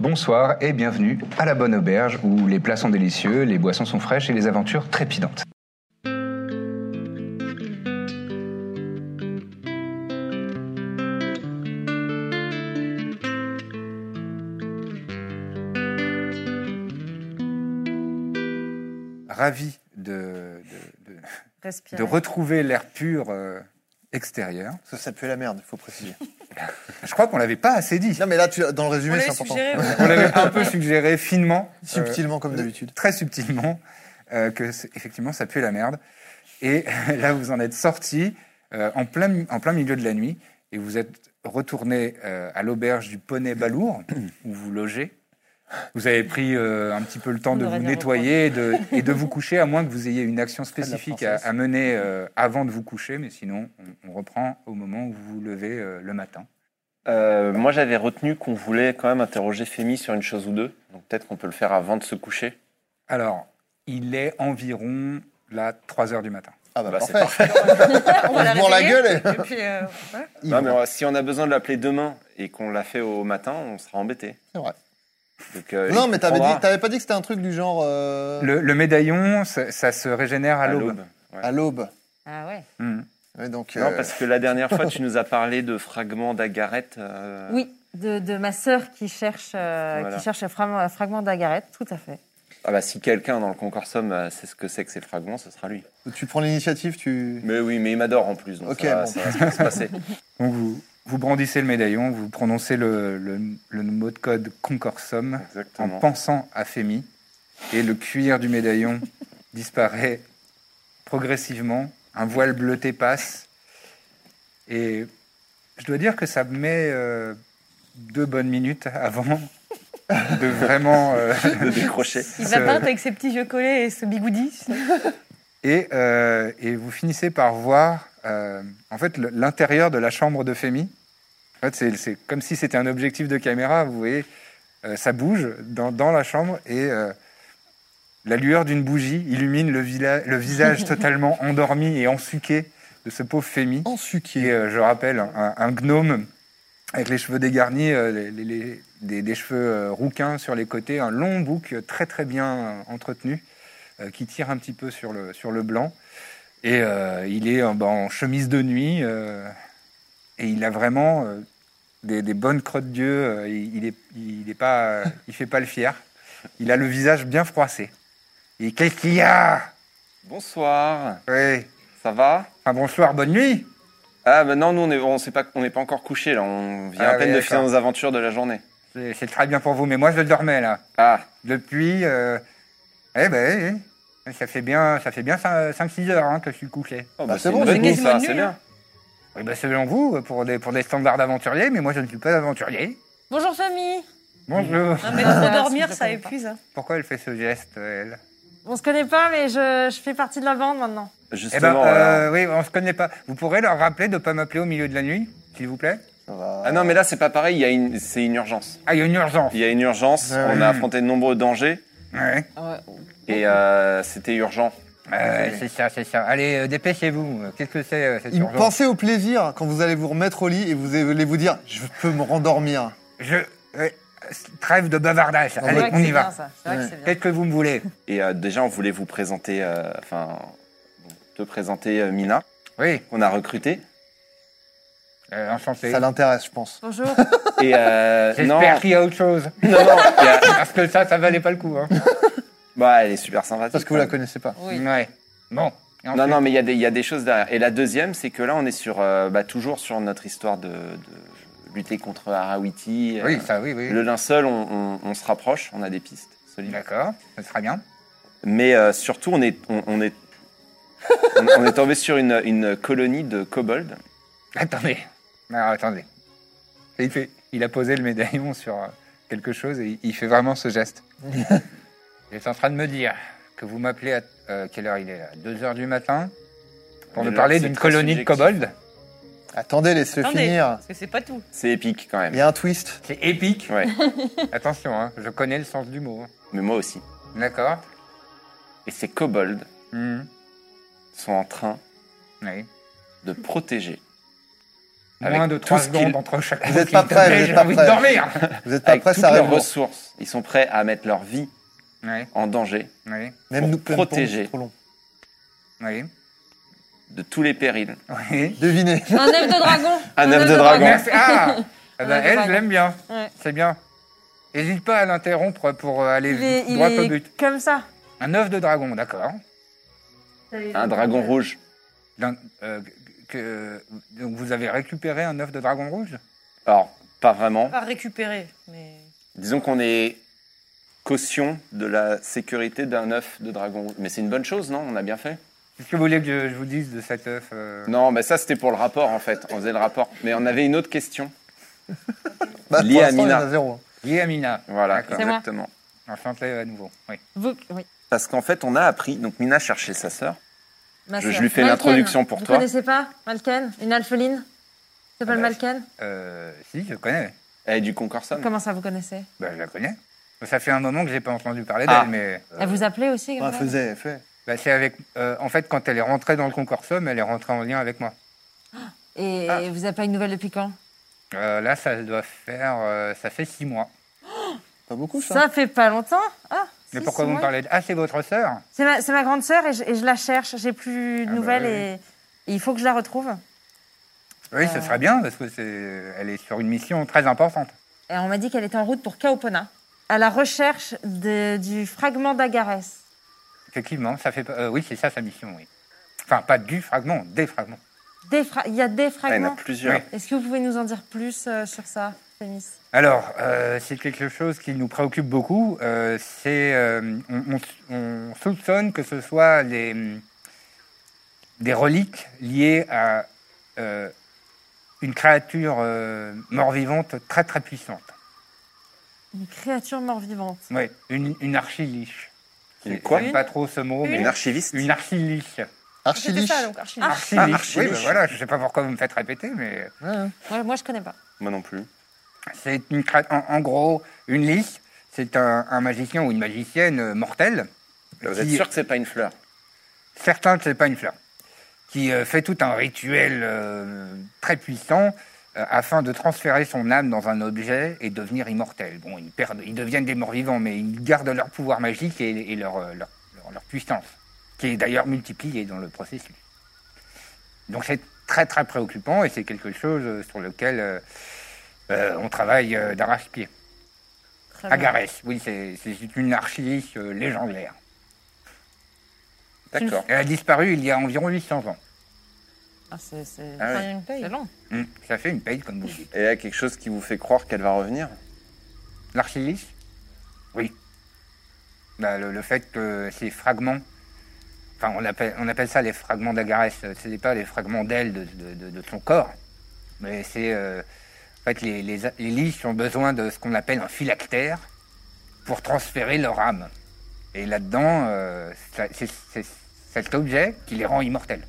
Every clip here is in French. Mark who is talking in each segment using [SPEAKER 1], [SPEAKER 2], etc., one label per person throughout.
[SPEAKER 1] Bonsoir et bienvenue à la Bonne Auberge où les plats sont délicieux, les boissons sont fraîches et les aventures trépidantes. Ravi de, de- de-
[SPEAKER 2] Respire.
[SPEAKER 1] de retrouver l'air pur euh, extérieur.
[SPEAKER 3] Ça, ça pue la merde, il faut préciser.
[SPEAKER 1] Je crois qu'on l'avait pas assez dit.
[SPEAKER 3] Non, mais là, tu, dans
[SPEAKER 2] On
[SPEAKER 3] le résumé,
[SPEAKER 2] l'avait
[SPEAKER 3] c'est important. Euh,
[SPEAKER 2] suggéré.
[SPEAKER 1] On l'avait un peu suggéré finement. euh,
[SPEAKER 3] Subtilement, comme d'habitude.
[SPEAKER 1] très subtilement euh, que c'est- effectivement ça pue la merde. Et là, vous en êtes sorti euh, en, plein, mi- en plein milieu de la nuit et vous êtes retourné euh, à l'auberge du Poney Balourd où vous logez. Vous avez pris euh, un petit peu le temps
[SPEAKER 2] On
[SPEAKER 1] de
[SPEAKER 2] aurait
[SPEAKER 1] vous
[SPEAKER 2] dû
[SPEAKER 1] nettoyer et de, et de vous coucher, à moins que vous ayez une action spécifique à,
[SPEAKER 3] princesse.
[SPEAKER 1] à mener euh, avant de vous coucher, mais sinon on, on reprend au moment où vous vous levez euh, le matin.
[SPEAKER 4] Euh, moi, j'avais retenu qu'on voulait quand même interroger Femi sur une chose ou deux. Donc peut-être qu'on peut le faire avant de se coucher.
[SPEAKER 1] Alors, il est environ là 3 heures du matin.
[SPEAKER 3] Ah bah,
[SPEAKER 4] Bah, c'est
[SPEAKER 3] parfait.
[SPEAKER 2] On va
[SPEAKER 3] Je bourre la
[SPEAKER 2] réveiller.
[SPEAKER 3] gueule,
[SPEAKER 2] Et puis, euh, ouais.
[SPEAKER 3] Il
[SPEAKER 4] Non,
[SPEAKER 3] va.
[SPEAKER 4] mais on va- si on a besoin de l'appeler demain et qu'on l'a fait au matin, on sera embêté.
[SPEAKER 3] C'est vrai.
[SPEAKER 4] Donc, euh,
[SPEAKER 3] Non,
[SPEAKER 4] il
[SPEAKER 3] mais t'avais,
[SPEAKER 4] comprendra
[SPEAKER 3] dit, t'avais pas dit que c'était un truc du genre euh,
[SPEAKER 1] Le, le médaillon, ça, ça se régénère à
[SPEAKER 4] à
[SPEAKER 1] l'aube.
[SPEAKER 4] l'aube. Ouais.
[SPEAKER 3] à l'aube.
[SPEAKER 2] Ah ouais.
[SPEAKER 1] Mhm.
[SPEAKER 3] Ouais, donc,
[SPEAKER 4] Non,
[SPEAKER 3] euh,
[SPEAKER 4] parce que la dernière fois, tu nous as parlé de fragments d'agarette. euh,
[SPEAKER 2] Oui, de, de ma sœur qui cherche, euh,
[SPEAKER 4] Voilà.
[SPEAKER 2] qui cherche un fragment, un fragment d'agarette, tout à fait.
[SPEAKER 4] Ah bah, si quelqu'un dans le concorsum euh, sait ce que c'est que ces fragments, ce sera lui.
[SPEAKER 3] tu prends l'initiative, tu.
[SPEAKER 4] Mais oui, mais il m'adore en plus. Donc
[SPEAKER 3] Ok,
[SPEAKER 4] ça, va-
[SPEAKER 3] bon.
[SPEAKER 4] ça va bien se passer.
[SPEAKER 1] Donc vous, vous brandissez le médaillon, vous prononcez le, le- le mot de code concorsum en
[SPEAKER 4] Exactement.
[SPEAKER 1] pensant à Fémi, et le cuir du médaillon disparaît progressivement, un voile bleuté passe, et je dois dire que ça me met euh, deux bonnes minutes avant de vraiment... euh,
[SPEAKER 4] De décrocher.
[SPEAKER 2] Il
[SPEAKER 1] se-
[SPEAKER 2] va peindre avec ses petits yeux collés et ce bigoudi. tu sais.
[SPEAKER 1] Et, euh, et vous finissez par voir, euh, en fait, le- l'intérieur de la chambre de Femi. En fait, c'est- c'est comme si c'était un objectif de caméra, vous voyez, euh, ça bouge dans, dans la chambre et euh, la lueur d'une bougie illumine le, vila- le visage totalement endormi et ensuqué de ce pauvre Femi,
[SPEAKER 3] En
[SPEAKER 1] qui est,
[SPEAKER 3] sucré.
[SPEAKER 1] euh, je rappelle, un, un gnome avec les cheveux dégarnis, euh, les- les- les- des, des cheveux euh, rouquins sur les côtés, un long bouc euh, très très bien euh, entretenu euh, qui tire un petit peu sur le, sur le blanc. Et euh, il est en, bah, en chemise de nuit euh, et il a vraiment euh, des, des bonnes crottes d'yeux. euh, il, il est, il est pas, euh, il fait pas le fier. Il a le visage bien froissé. Et qu'est-ce qu'il y a
[SPEAKER 4] Bonsoir.
[SPEAKER 1] Oui.
[SPEAKER 4] Ça va
[SPEAKER 1] Un bonsoir, bonne nuit.
[SPEAKER 4] Ah, bah non, nous, on n'est on sait pas, on n'est pas encore couché là. On vient
[SPEAKER 1] Ah
[SPEAKER 4] à peine
[SPEAKER 1] oui,
[SPEAKER 4] de finir
[SPEAKER 1] d'accord.
[SPEAKER 4] nos aventures de la journée.
[SPEAKER 1] C'est c'est très bien pour vous, mais moi je dormais là.
[SPEAKER 4] Ah,
[SPEAKER 1] Depuis, euh, eh ben, eh, ça fait bien, ça fait bien 5-6 heures hein, que je suis couché.
[SPEAKER 3] Bah,
[SPEAKER 4] Oh, bah,
[SPEAKER 3] c'est
[SPEAKER 4] c'est
[SPEAKER 3] bon,
[SPEAKER 4] une
[SPEAKER 3] c'est
[SPEAKER 4] bonne
[SPEAKER 3] bon.
[SPEAKER 4] nuit, ça,
[SPEAKER 2] Quasiment
[SPEAKER 4] c'est
[SPEAKER 2] nul, hein.
[SPEAKER 4] bien.
[SPEAKER 1] Eh ben, selon vous, pour des, pour des standards d'aventurier, mais moi je ne suis pas aventurier.
[SPEAKER 5] Bonjour famille
[SPEAKER 1] Bonjour.
[SPEAKER 2] Ah,
[SPEAKER 5] Mais
[SPEAKER 2] non,
[SPEAKER 5] trop
[SPEAKER 2] ça,
[SPEAKER 5] dormir,
[SPEAKER 2] je
[SPEAKER 5] ça
[SPEAKER 2] connais pas.
[SPEAKER 5] épuise. hein.
[SPEAKER 1] Pourquoi elle fait ce geste, elle
[SPEAKER 5] On se connaît pas, mais je, je fais partie de la bande maintenant.
[SPEAKER 1] Eh ben,
[SPEAKER 4] Justement,
[SPEAKER 1] euh,
[SPEAKER 4] alors.
[SPEAKER 1] oui, on se connaît pas. Vous pourrez leur rappeler de ne pas m'appeler au milieu de la nuit, s'il vous plaît
[SPEAKER 4] Ah non, mais là, c'est pas pareil, il y a une... c'est une urgence.
[SPEAKER 1] Ah, il y a une urgence.
[SPEAKER 4] Il y a une urgence,
[SPEAKER 1] Ah,
[SPEAKER 4] on
[SPEAKER 1] oui.
[SPEAKER 4] a affronté de nombreux dangers,
[SPEAKER 1] Ouais.
[SPEAKER 4] et euh, c'était urgent.
[SPEAKER 1] Euh, c'est ça, c'est ça. Allez, euh, dépêchez-vous. Euh, Qu'est-ce que c'est, euh, cette
[SPEAKER 3] Il-
[SPEAKER 1] urgence
[SPEAKER 3] Pensez au plaisir quand vous allez vous remettre au lit et vous allez vous dire Je peux me rendormir.
[SPEAKER 1] Je... euh, trêve de bavardage.
[SPEAKER 3] C'est
[SPEAKER 5] C'est
[SPEAKER 1] Allez,
[SPEAKER 5] vrai que
[SPEAKER 1] on y
[SPEAKER 5] c'est
[SPEAKER 1] va.
[SPEAKER 5] bien, ça. C'est vrai
[SPEAKER 3] Ouais.
[SPEAKER 5] que c'est bien.
[SPEAKER 1] Qu'est-ce que vous me voulez
[SPEAKER 4] Et euh, déjà, on voulait vous présenter, euh, enfin, te présenter euh, Mina,
[SPEAKER 1] Oui,
[SPEAKER 4] qu'on a recrutée.
[SPEAKER 1] euh, enchanté.
[SPEAKER 3] Ça l'intéresse, je pense.
[SPEAKER 5] Bonjour.
[SPEAKER 4] Et euh, non,
[SPEAKER 1] J'espère qu'il y a autre chose.
[SPEAKER 4] non, non, il y a-
[SPEAKER 1] Parce que ça, ça valait pas le coup. Hein.
[SPEAKER 4] bah, elle est super sympa.
[SPEAKER 3] Parce que vous la connaissez pas.
[SPEAKER 5] Oui.
[SPEAKER 1] Ouais. Bon. Et
[SPEAKER 4] Non,
[SPEAKER 1] ensuite-
[SPEAKER 4] non, mais il y, a des- il y a des choses derrière. Et la deuxième, c'est que là, on est sur, euh, bah, toujours sur notre histoire de, de lutter contre Harawiti. euh,
[SPEAKER 1] Oui, ça, oui, oui.
[SPEAKER 4] Le linceul, on, on- on se rapproche, on a des pistes solides.
[SPEAKER 1] D'accord, ça sera bien.
[SPEAKER 4] Mais euh, surtout, on est, on, on est, on, on est tombé sur une, une colonie de kobolds.
[SPEAKER 1] Attendez. Alors, attendez. Et il, fait, il a posé le médaillon sur euh, quelque chose et il- il fait vraiment ce geste. il est en train de me dire que vous m'appelez à euh, quelle heure il est là 2 heures du matin pour
[SPEAKER 4] Mais
[SPEAKER 1] me
[SPEAKER 4] là,
[SPEAKER 1] parler
[SPEAKER 4] c'est
[SPEAKER 1] d'une
[SPEAKER 4] très
[SPEAKER 1] colonie de
[SPEAKER 4] subjectif.
[SPEAKER 1] kobolds.
[SPEAKER 3] Attendez, laissez
[SPEAKER 6] Attendez,
[SPEAKER 3] finir.
[SPEAKER 6] parce que c'est pas tout.
[SPEAKER 4] C'est épique quand
[SPEAKER 3] Il
[SPEAKER 4] même.
[SPEAKER 3] y a un twist.
[SPEAKER 1] C'est épique.
[SPEAKER 4] Ouais,
[SPEAKER 1] Attention, hein, je connais le sens du mot. hein.
[SPEAKER 4] mais moi aussi.
[SPEAKER 1] D'accord
[SPEAKER 4] Et ces kobolds
[SPEAKER 1] Mhm.
[SPEAKER 4] sont en train
[SPEAKER 1] Oui.
[SPEAKER 4] de protéger Avec
[SPEAKER 1] Moins de
[SPEAKER 4] tout
[SPEAKER 1] 3
[SPEAKER 4] ce qu'il-
[SPEAKER 1] secondes entre chaque
[SPEAKER 3] Vous
[SPEAKER 1] mot
[SPEAKER 3] êtes
[SPEAKER 1] qui
[SPEAKER 3] pas
[SPEAKER 1] me
[SPEAKER 3] prêts, vous
[SPEAKER 1] plaît,
[SPEAKER 3] êtes
[SPEAKER 1] j'ai
[SPEAKER 3] pas
[SPEAKER 1] envie de
[SPEAKER 3] prêts.
[SPEAKER 1] dormir
[SPEAKER 3] Vous êtes pas
[SPEAKER 4] avec
[SPEAKER 3] prêts,
[SPEAKER 4] toutes
[SPEAKER 3] ça
[SPEAKER 4] leurs
[SPEAKER 3] arrive.
[SPEAKER 4] ressources. Ils sont prêts à mettre leur vie
[SPEAKER 1] Oui,
[SPEAKER 4] en danger
[SPEAKER 1] oui,
[SPEAKER 4] pour
[SPEAKER 3] pour
[SPEAKER 4] protéger.
[SPEAKER 3] c'est trop long.
[SPEAKER 1] oui.
[SPEAKER 4] de tous les périls.
[SPEAKER 1] oui.
[SPEAKER 3] Devinez.
[SPEAKER 5] Un œuf de dragon.
[SPEAKER 4] Un œuf de dragon.
[SPEAKER 1] Merci. Ah Ah ben, Elle, je
[SPEAKER 5] pardon.
[SPEAKER 1] l'aime bien.
[SPEAKER 5] Ouais.
[SPEAKER 1] C'est bien. N'hésite pas à l'interrompre pour euh, aller
[SPEAKER 5] Il est, il
[SPEAKER 1] droit au
[SPEAKER 5] est
[SPEAKER 1] but.
[SPEAKER 5] comme ça.
[SPEAKER 1] Un œuf de dragon, d'accord.
[SPEAKER 4] Un dragon
[SPEAKER 1] euh,
[SPEAKER 4] rouge.
[SPEAKER 1] D'un- euh, que- donc vous avez récupéré un œuf de dragon rouge
[SPEAKER 4] Alors, pas vraiment.
[SPEAKER 6] Pas récupéré, mais.
[SPEAKER 4] Disons qu'on est caution de la sécurité d'un œuf de dragon rouge. Mais c'est une bonne chose, non On a bien fait
[SPEAKER 1] Qu'est-ce que vous voulez que je, je vous dise de cet œuf euh
[SPEAKER 4] Non, mais ça, c'était pour le rapport, en fait. On faisait le rapport. Mais on avait une autre question.
[SPEAKER 3] Bah, pour
[SPEAKER 4] Lié à
[SPEAKER 3] l'instant, il y en
[SPEAKER 4] Mina.
[SPEAKER 3] a zéro. Ah,
[SPEAKER 1] Lié à Mina.
[SPEAKER 4] Voilà,
[SPEAKER 1] D'accord.
[SPEAKER 5] C'est moi.
[SPEAKER 4] exactement.
[SPEAKER 1] Enchanté euh, à nouveau. Oui.
[SPEAKER 5] Vous- oui.
[SPEAKER 4] Parce qu'en fait, on a appris. Donc, Mina cherchait sa sœur.
[SPEAKER 5] Ma
[SPEAKER 4] Je-
[SPEAKER 5] sœur.
[SPEAKER 4] je lui fais l'introduction pour
[SPEAKER 5] Vous
[SPEAKER 4] toi.
[SPEAKER 5] Vous connaissez pas Malken Une alpheline qui s'appelle
[SPEAKER 1] Ah bah,
[SPEAKER 5] Malken
[SPEAKER 1] Euh, si, je connais.
[SPEAKER 4] Elle est du Concorson.
[SPEAKER 5] Comment ça, vous connaissez
[SPEAKER 1] Ben, je la connais. Ça fait un moment que j'ai pas entendu parler
[SPEAKER 4] Ah.
[SPEAKER 1] d'elle, mais euh,
[SPEAKER 5] Elle vous appelait aussi comme
[SPEAKER 3] Bah,
[SPEAKER 5] ça
[SPEAKER 3] faisait, fait.
[SPEAKER 1] ben, c'est avec. euh, en fait, quand elle est rentrée dans le concorsum, elle est rentrée en lien avec moi.
[SPEAKER 5] Et vous n'avez pas une nouvelle depuis quand
[SPEAKER 1] Euh, là, ça doit faire, euh, ça fait six mois.
[SPEAKER 3] Pas beaucoup, ça.
[SPEAKER 5] Ça fait pas longtemps. Ah,
[SPEAKER 1] Mais
[SPEAKER 5] si,
[SPEAKER 1] pourquoi
[SPEAKER 5] c'est
[SPEAKER 1] vous me
[SPEAKER 5] moi.
[SPEAKER 1] parlez de... Ah, c'est votre sœur
[SPEAKER 5] C'est ma, c'est ma grande sœur et je, et je la cherche. J'ai plus de
[SPEAKER 1] Ah bah
[SPEAKER 5] nouvelles
[SPEAKER 1] oui,
[SPEAKER 5] et, et il faut que je la retrouve.
[SPEAKER 1] Oui,
[SPEAKER 5] Euh.
[SPEAKER 1] ce serait bien, parce que c'est, elle est sur une mission très importante.
[SPEAKER 5] Et on m'a dit qu'elle était en route pour Kaopona, à la recherche de- du fragment d'Agarès.
[SPEAKER 1] Effectivement, ça fait... pas- euh, oui, c'est ça sa mission, oui. Enfin, pas du fragment, des fragments.
[SPEAKER 5] Des fra- Il y a des
[SPEAKER 4] Ah, il y en
[SPEAKER 5] fragments.
[SPEAKER 4] a plusieurs.
[SPEAKER 1] Oui.
[SPEAKER 5] Est-ce que vous pouvez nous en dire plus euh, sur ça, Fémis
[SPEAKER 1] Alors, euh, c'est quelque chose qui nous préoccupe beaucoup. euh, c'est, euh, on, on- on soupçonne que ce soit des, des reliques liées à euh, une créature euh, mort-vivante très très puissante.
[SPEAKER 5] Une créature mort-vivante.
[SPEAKER 1] Oui, une, une archiliche.
[SPEAKER 4] Une quoi
[SPEAKER 1] J'aime pas trop ce mot, mais
[SPEAKER 4] Une archiviste
[SPEAKER 1] une archiliche.
[SPEAKER 6] C'était
[SPEAKER 3] Archiliche.
[SPEAKER 6] ça, donc, Archie.
[SPEAKER 1] Archiliche.
[SPEAKER 4] Ah, archiliche.
[SPEAKER 1] Oui, ben voilà, je sais pas pourquoi vous me faites répéter, mais euh,
[SPEAKER 5] Moi, moi, je connais pas.
[SPEAKER 4] Moi non plus.
[SPEAKER 1] c'est une cra- en, en gros une liche. C'est un, un magicien ou une magicienne euh, mortelle.
[SPEAKER 4] Vous êtes
[SPEAKER 1] qui-
[SPEAKER 4] sûr que c'est pas une fleur
[SPEAKER 1] Certains que c'est pas une fleur. Qui euh, fait tout un rituel euh, très puissant euh, afin de transférer son âme dans un objet et devenir immortel. Bon, ils, perdent, ils deviennent des morts-vivants, mais ils gardent leur pouvoir magique et, et leur, euh, leur- leur- leur puissance, qui est d'ailleurs multipliée dans le processus. Donc c'est très très préoccupant et c'est quelque chose euh, sur lequel euh, euh, on travaille euh, d'arrache-pied.
[SPEAKER 5] Très
[SPEAKER 3] Ah,
[SPEAKER 5] bien.
[SPEAKER 1] Agarès, oui, c'est c'est une archiviste euh, légendaire.
[SPEAKER 4] D'accord.
[SPEAKER 1] Elle a disparu il y a environ 800 ans.
[SPEAKER 5] Ah, c'est c'est-
[SPEAKER 4] Ah ouais.
[SPEAKER 5] c'est une paye. C'est long.
[SPEAKER 1] Hmm, Ça fait une paye, comme vous dites.
[SPEAKER 4] Et il y a quelque chose qui vous fait croire qu'elle va revenir
[SPEAKER 1] L'archilis Oui. Bah, le, le fait que ces fragments, enfin on appelle, on appelle ça les fragments d'Agarès, euh, ce n'est pas les fragments d'elle, de, de- de- de son corps, mais c'est... euh, en fait, les, les, les liches ont besoin de ce qu'on appelle un phylactère pour transférer leur âme. Et là-dedans, euh, ça- c'est c'est cet objet qui les rend immortels.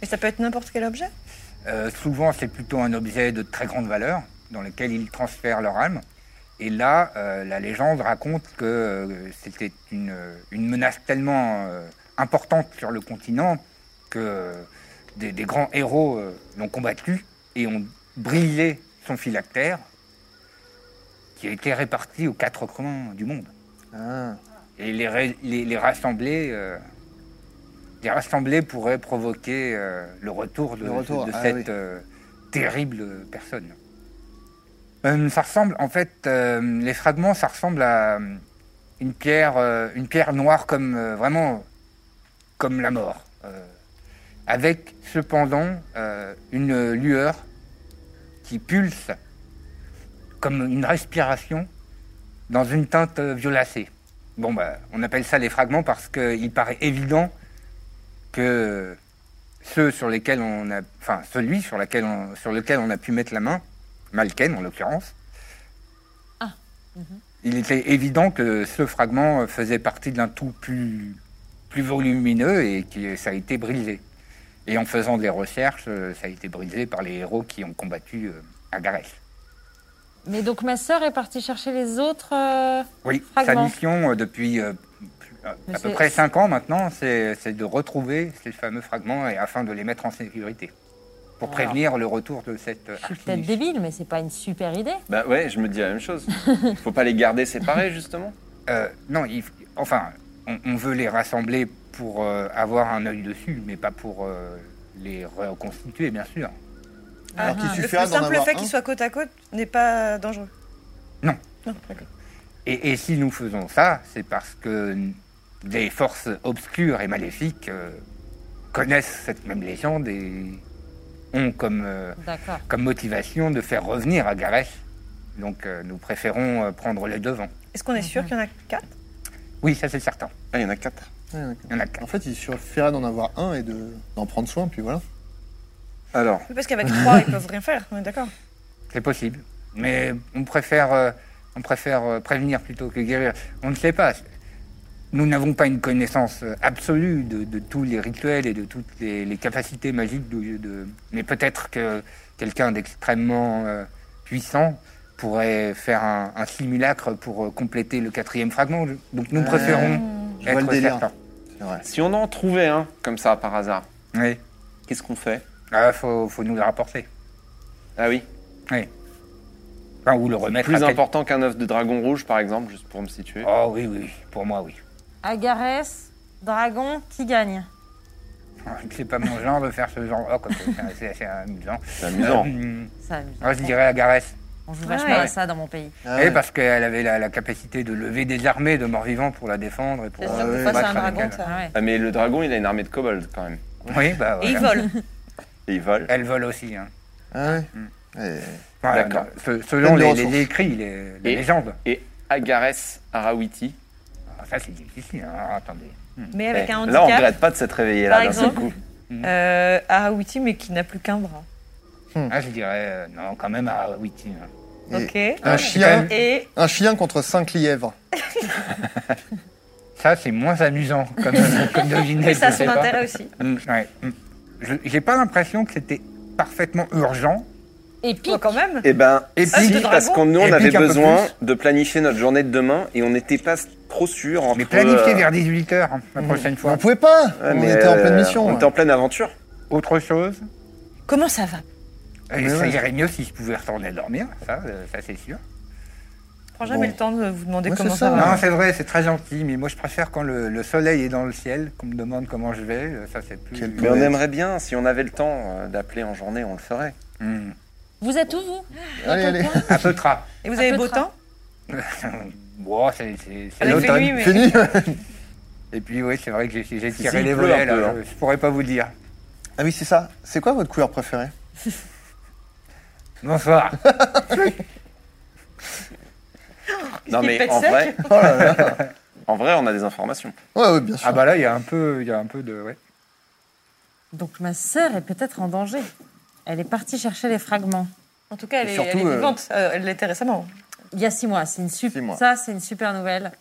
[SPEAKER 6] Mais ça peut être n'importe quel objet.
[SPEAKER 1] Euh, souvent, c'est plutôt un objet de très grande valeur dans lequel ils transfèrent leur âme. Et là, euh, la légende raconte que euh, c'était une, une menace tellement euh, importante sur le continent que euh, des, des grands héros euh, l'ont combattu et ont brisé son phylactère qui a été réparti aux quatre coins du monde.
[SPEAKER 3] Ah.
[SPEAKER 1] Et les, ra- les, les rassembler, euh, les rassembler pourraient provoquer euh, le retour de,
[SPEAKER 3] Le retour,
[SPEAKER 1] de
[SPEAKER 3] ah
[SPEAKER 1] cette
[SPEAKER 3] oui.
[SPEAKER 1] euh, terrible personne. Euh, ça ressemble, en fait, euh, les fragments, ça ressemble à euh, une pierre, euh, une pierre noire comme euh, vraiment comme la mort, euh, avec cependant euh, une lueur qui pulse comme une respiration dans une teinte euh, violacée. Bon, bah, on appelle ça les fragments parce qu'il paraît évident que ceux sur lesquels on a, enfin, celui sur, laquelle on- sur lequel on a pu mettre la main Malken en l'occurrence. Il était évident que ce fragment faisait partie d'un tout plus, plus volumineux et que ça a été brisé. Et en faisant des recherches, euh, ça a été brisé par les héros qui ont combattu euh, Agarès.
[SPEAKER 5] Mais donc ma sœur est partie chercher les autres. euh,
[SPEAKER 1] Oui, sa
[SPEAKER 5] Fragment.
[SPEAKER 1] mission euh, depuis euh, plus- euh,
[SPEAKER 5] Mais
[SPEAKER 1] à peu
[SPEAKER 5] c'est-
[SPEAKER 1] près 5 ans maintenant, c'est c'est de retrouver ces fameux fragments et afin de les mettre en sécurité. Pour prévenir le retour de cette euh,
[SPEAKER 5] Je suis peut-être
[SPEAKER 1] archive.
[SPEAKER 5] débile, mais c'est pas une super idée.
[SPEAKER 4] Bah ouais, je me dis la même chose. Il faut pas les garder séparés, justement.
[SPEAKER 1] Euh, non, il f- enfin, on, on veut les rassembler pour euh, avoir un œil dessus, mais pas pour euh, les reconstituer, bien sûr.
[SPEAKER 3] Alors qu'il
[SPEAKER 6] Ah, Le
[SPEAKER 3] suffira
[SPEAKER 6] plus
[SPEAKER 3] d'en
[SPEAKER 6] simple
[SPEAKER 3] avoir
[SPEAKER 6] fait
[SPEAKER 3] un.
[SPEAKER 6] qu'ils soient côte à côte n'est pas dangereux.
[SPEAKER 1] Non.
[SPEAKER 6] Non, d'accord.
[SPEAKER 1] Et, et si nous faisons ça, c'est parce que des forces obscures et maléfiques euh, connaissent cette même légende et ont comme, euh,
[SPEAKER 5] D'accord.
[SPEAKER 1] comme motivation de faire revenir à Gareth. Donc euh, nous préférons euh, prendre les devants.
[SPEAKER 6] Est-ce qu'on est sûr qu'il y en a quatre
[SPEAKER 1] Oui, ça c'est certain.
[SPEAKER 4] Ah, il y en a quatre.
[SPEAKER 3] Ouais, d'accord.
[SPEAKER 1] Il y en a quatre.
[SPEAKER 3] En fait, il suffira d'en avoir un et de- d'en prendre soin, puis voilà.
[SPEAKER 4] Alors,
[SPEAKER 6] Oui, Parce qu'avec trois, ils peuvent rien faire. On est d'accord.
[SPEAKER 1] C'est possible. Mais on préfère, euh, on préfère euh, prévenir plutôt que guérir. On ne sait pas. Nous n'avons pas une connaissance euh, absolue de, de tous les rituels et de toutes les, les capacités magiques. de- de- Mais peut-être que quelqu'un d'extrêmement euh, puissant pourrait faire un, un simulacre pour euh, compléter le quatrième fragment. Donc nous préférons
[SPEAKER 3] Euh, je vois le
[SPEAKER 1] être
[SPEAKER 3] délire.
[SPEAKER 1] certains.
[SPEAKER 3] C'est vrai.
[SPEAKER 4] si on en trouvait un, comme ça, par hasard,
[SPEAKER 1] Oui.
[SPEAKER 4] qu'est-ce qu'on fait
[SPEAKER 1] Ah, faut, faut nous le rapporter.
[SPEAKER 4] Ah oui,
[SPEAKER 1] Oui. Enfin, ou le remettre à
[SPEAKER 4] plus
[SPEAKER 1] quel-
[SPEAKER 4] important qu'un œuf de dragon rouge, par exemple, juste pour me situer.
[SPEAKER 1] Oh oui, oui, pour moi, oui.
[SPEAKER 5] Agarès, dragon, qui gagne
[SPEAKER 1] Ah, C'est pas mon genre de faire ce genre. Oh, quoi que, c'est- c'est assez amusant.
[SPEAKER 4] C'est amusant.
[SPEAKER 1] Hum,
[SPEAKER 5] Ça, je-
[SPEAKER 1] moi, je dirais à Gareth.
[SPEAKER 5] on joue
[SPEAKER 6] Ouais,
[SPEAKER 5] vachement
[SPEAKER 6] ouais.
[SPEAKER 5] à ça dans mon pays.
[SPEAKER 3] Ah
[SPEAKER 1] Eh,
[SPEAKER 3] ouais.
[SPEAKER 1] parce qu'elle avait la, la capacité de lever des armées de morts-vivants pour la défendre et pour. euh,
[SPEAKER 6] C'est
[SPEAKER 3] Ah
[SPEAKER 6] sûr que
[SPEAKER 3] ouais.
[SPEAKER 6] des fois, c'est un
[SPEAKER 1] battre avec
[SPEAKER 6] dragon,
[SPEAKER 1] elle.
[SPEAKER 6] ça.
[SPEAKER 5] Ah ouais.
[SPEAKER 4] Ah, mais le dragon, il a une armée de kobolds, quand même.
[SPEAKER 1] Oui, bah
[SPEAKER 6] Et ils
[SPEAKER 1] voilà.
[SPEAKER 6] volent.
[SPEAKER 4] Et ils volent.
[SPEAKER 1] Elle vole aussi. Hein.
[SPEAKER 3] Ah ouais. Ouais.
[SPEAKER 1] Voilà,
[SPEAKER 4] D'accord.
[SPEAKER 1] ce- selon
[SPEAKER 3] Pleine de
[SPEAKER 1] les,
[SPEAKER 3] ressources.
[SPEAKER 1] les écrits, les, les
[SPEAKER 4] Et-
[SPEAKER 1] légendes.
[SPEAKER 4] Et Agarès Arawiti.
[SPEAKER 1] Ah, ça, c'est difficile. hein. Attendez.
[SPEAKER 6] Mais avec
[SPEAKER 4] Eh,
[SPEAKER 6] un
[SPEAKER 4] là, on
[SPEAKER 6] handicap.
[SPEAKER 4] regrette pas de s'être réveillé
[SPEAKER 6] Par
[SPEAKER 4] là, d'un seul
[SPEAKER 6] exemple.
[SPEAKER 4] coup.
[SPEAKER 6] Euh, Arawiti, mais qui n'a plus qu'un bras.
[SPEAKER 4] Hmm.
[SPEAKER 1] Ah, je dirais, euh, non, quand même à Witty. hein.
[SPEAKER 3] Et Ah.
[SPEAKER 6] Ok.
[SPEAKER 3] Un chien,
[SPEAKER 6] Et
[SPEAKER 3] un chien contre cinq lièvres.
[SPEAKER 1] Ça, c'est moins amusant comme, comme devinette.
[SPEAKER 6] et ça a
[SPEAKER 1] je sais
[SPEAKER 6] son
[SPEAKER 1] pas.
[SPEAKER 6] intérêt aussi.
[SPEAKER 1] Hum, ouais, hum. Je- J'ai pas l'impression que c'était parfaitement urgent.
[SPEAKER 5] Et puis,
[SPEAKER 6] Bon, quand même.
[SPEAKER 4] Eh ben,
[SPEAKER 1] Et
[SPEAKER 4] si,
[SPEAKER 6] puis- Œuf de
[SPEAKER 4] parce
[SPEAKER 6] dragon
[SPEAKER 4] qu'on nous, on
[SPEAKER 1] Et
[SPEAKER 4] avait
[SPEAKER 1] pique un peu
[SPEAKER 4] besoin
[SPEAKER 1] plus.
[SPEAKER 4] de planifier notre journée de demain et on n'était pas trop sûr entre...
[SPEAKER 1] Mais planifié
[SPEAKER 4] euh, Mm.
[SPEAKER 1] vers 18h la prochaine fois.
[SPEAKER 3] On pouvait pas
[SPEAKER 4] ouais,
[SPEAKER 3] On
[SPEAKER 4] mais,
[SPEAKER 3] était en
[SPEAKER 4] euh,
[SPEAKER 3] pleine mission.
[SPEAKER 4] On
[SPEAKER 3] ouais.
[SPEAKER 4] était en pleine aventure.
[SPEAKER 1] Autre chose
[SPEAKER 6] Comment ça va
[SPEAKER 1] Et
[SPEAKER 3] Mais
[SPEAKER 1] ça
[SPEAKER 3] ouais.
[SPEAKER 1] irait mieux si je pouvais retourner dormir, ça, euh, ça c'est sûr.
[SPEAKER 6] Je prends jamais
[SPEAKER 3] Bon.
[SPEAKER 6] le temps de vous demander
[SPEAKER 3] Ouais,
[SPEAKER 6] comment
[SPEAKER 3] c'est
[SPEAKER 6] ça,
[SPEAKER 4] Ah.
[SPEAKER 3] ça.
[SPEAKER 6] va.
[SPEAKER 1] Non, c'est vrai, c'est très gentil, mais moi je préfère quand le, le soleil est dans le ciel, qu'on me demande comment je vais, euh, ça c'est plus...
[SPEAKER 3] Quel
[SPEAKER 4] Mais
[SPEAKER 3] Ouais.
[SPEAKER 4] on aimerait bien, si on avait le temps euh, d'appeler en journée, on le ferait.
[SPEAKER 1] Hmm.
[SPEAKER 5] vous êtes où, vous
[SPEAKER 3] Allez, allez.
[SPEAKER 1] À peu tras.
[SPEAKER 6] Et vous avez
[SPEAKER 5] peu
[SPEAKER 6] beau
[SPEAKER 5] tra-
[SPEAKER 6] temps
[SPEAKER 1] Bon, c'est- c'est c'est
[SPEAKER 6] Il fait nuit,
[SPEAKER 1] l'automne.
[SPEAKER 6] mais-
[SPEAKER 3] Fini
[SPEAKER 1] Et puis oui, c'est vrai que j'ai- j'ai
[SPEAKER 4] Si,
[SPEAKER 1] tiré
[SPEAKER 4] il
[SPEAKER 1] les
[SPEAKER 4] pleut
[SPEAKER 1] volets,
[SPEAKER 4] un peu,
[SPEAKER 1] là,
[SPEAKER 4] hein.
[SPEAKER 1] je, je pourrais pas vous dire.
[SPEAKER 3] Ah oui, c'est ça. C'est quoi votre couleur préférée
[SPEAKER 1] Bonsoir.
[SPEAKER 4] Non,
[SPEAKER 6] Il
[SPEAKER 4] mais
[SPEAKER 6] pète
[SPEAKER 4] en
[SPEAKER 6] sec.
[SPEAKER 4] vrai, en vrai, on a des informations.
[SPEAKER 3] Ouais, ouais, bien sûr.
[SPEAKER 1] ah bah là, il y a un peu, il y a un peu de... ouais.
[SPEAKER 5] Donc ma sœur est peut-être en danger. Elle est partie chercher les fragments.
[SPEAKER 6] En tout cas, elle,
[SPEAKER 3] Et
[SPEAKER 6] est,
[SPEAKER 3] surtout,
[SPEAKER 6] elle est
[SPEAKER 3] euh,
[SPEAKER 6] vivante. Euh, elle l'était récemment.
[SPEAKER 5] Il y a six mois, c'est une sup-
[SPEAKER 3] Six mois.
[SPEAKER 5] ça c'est une super nouvelle.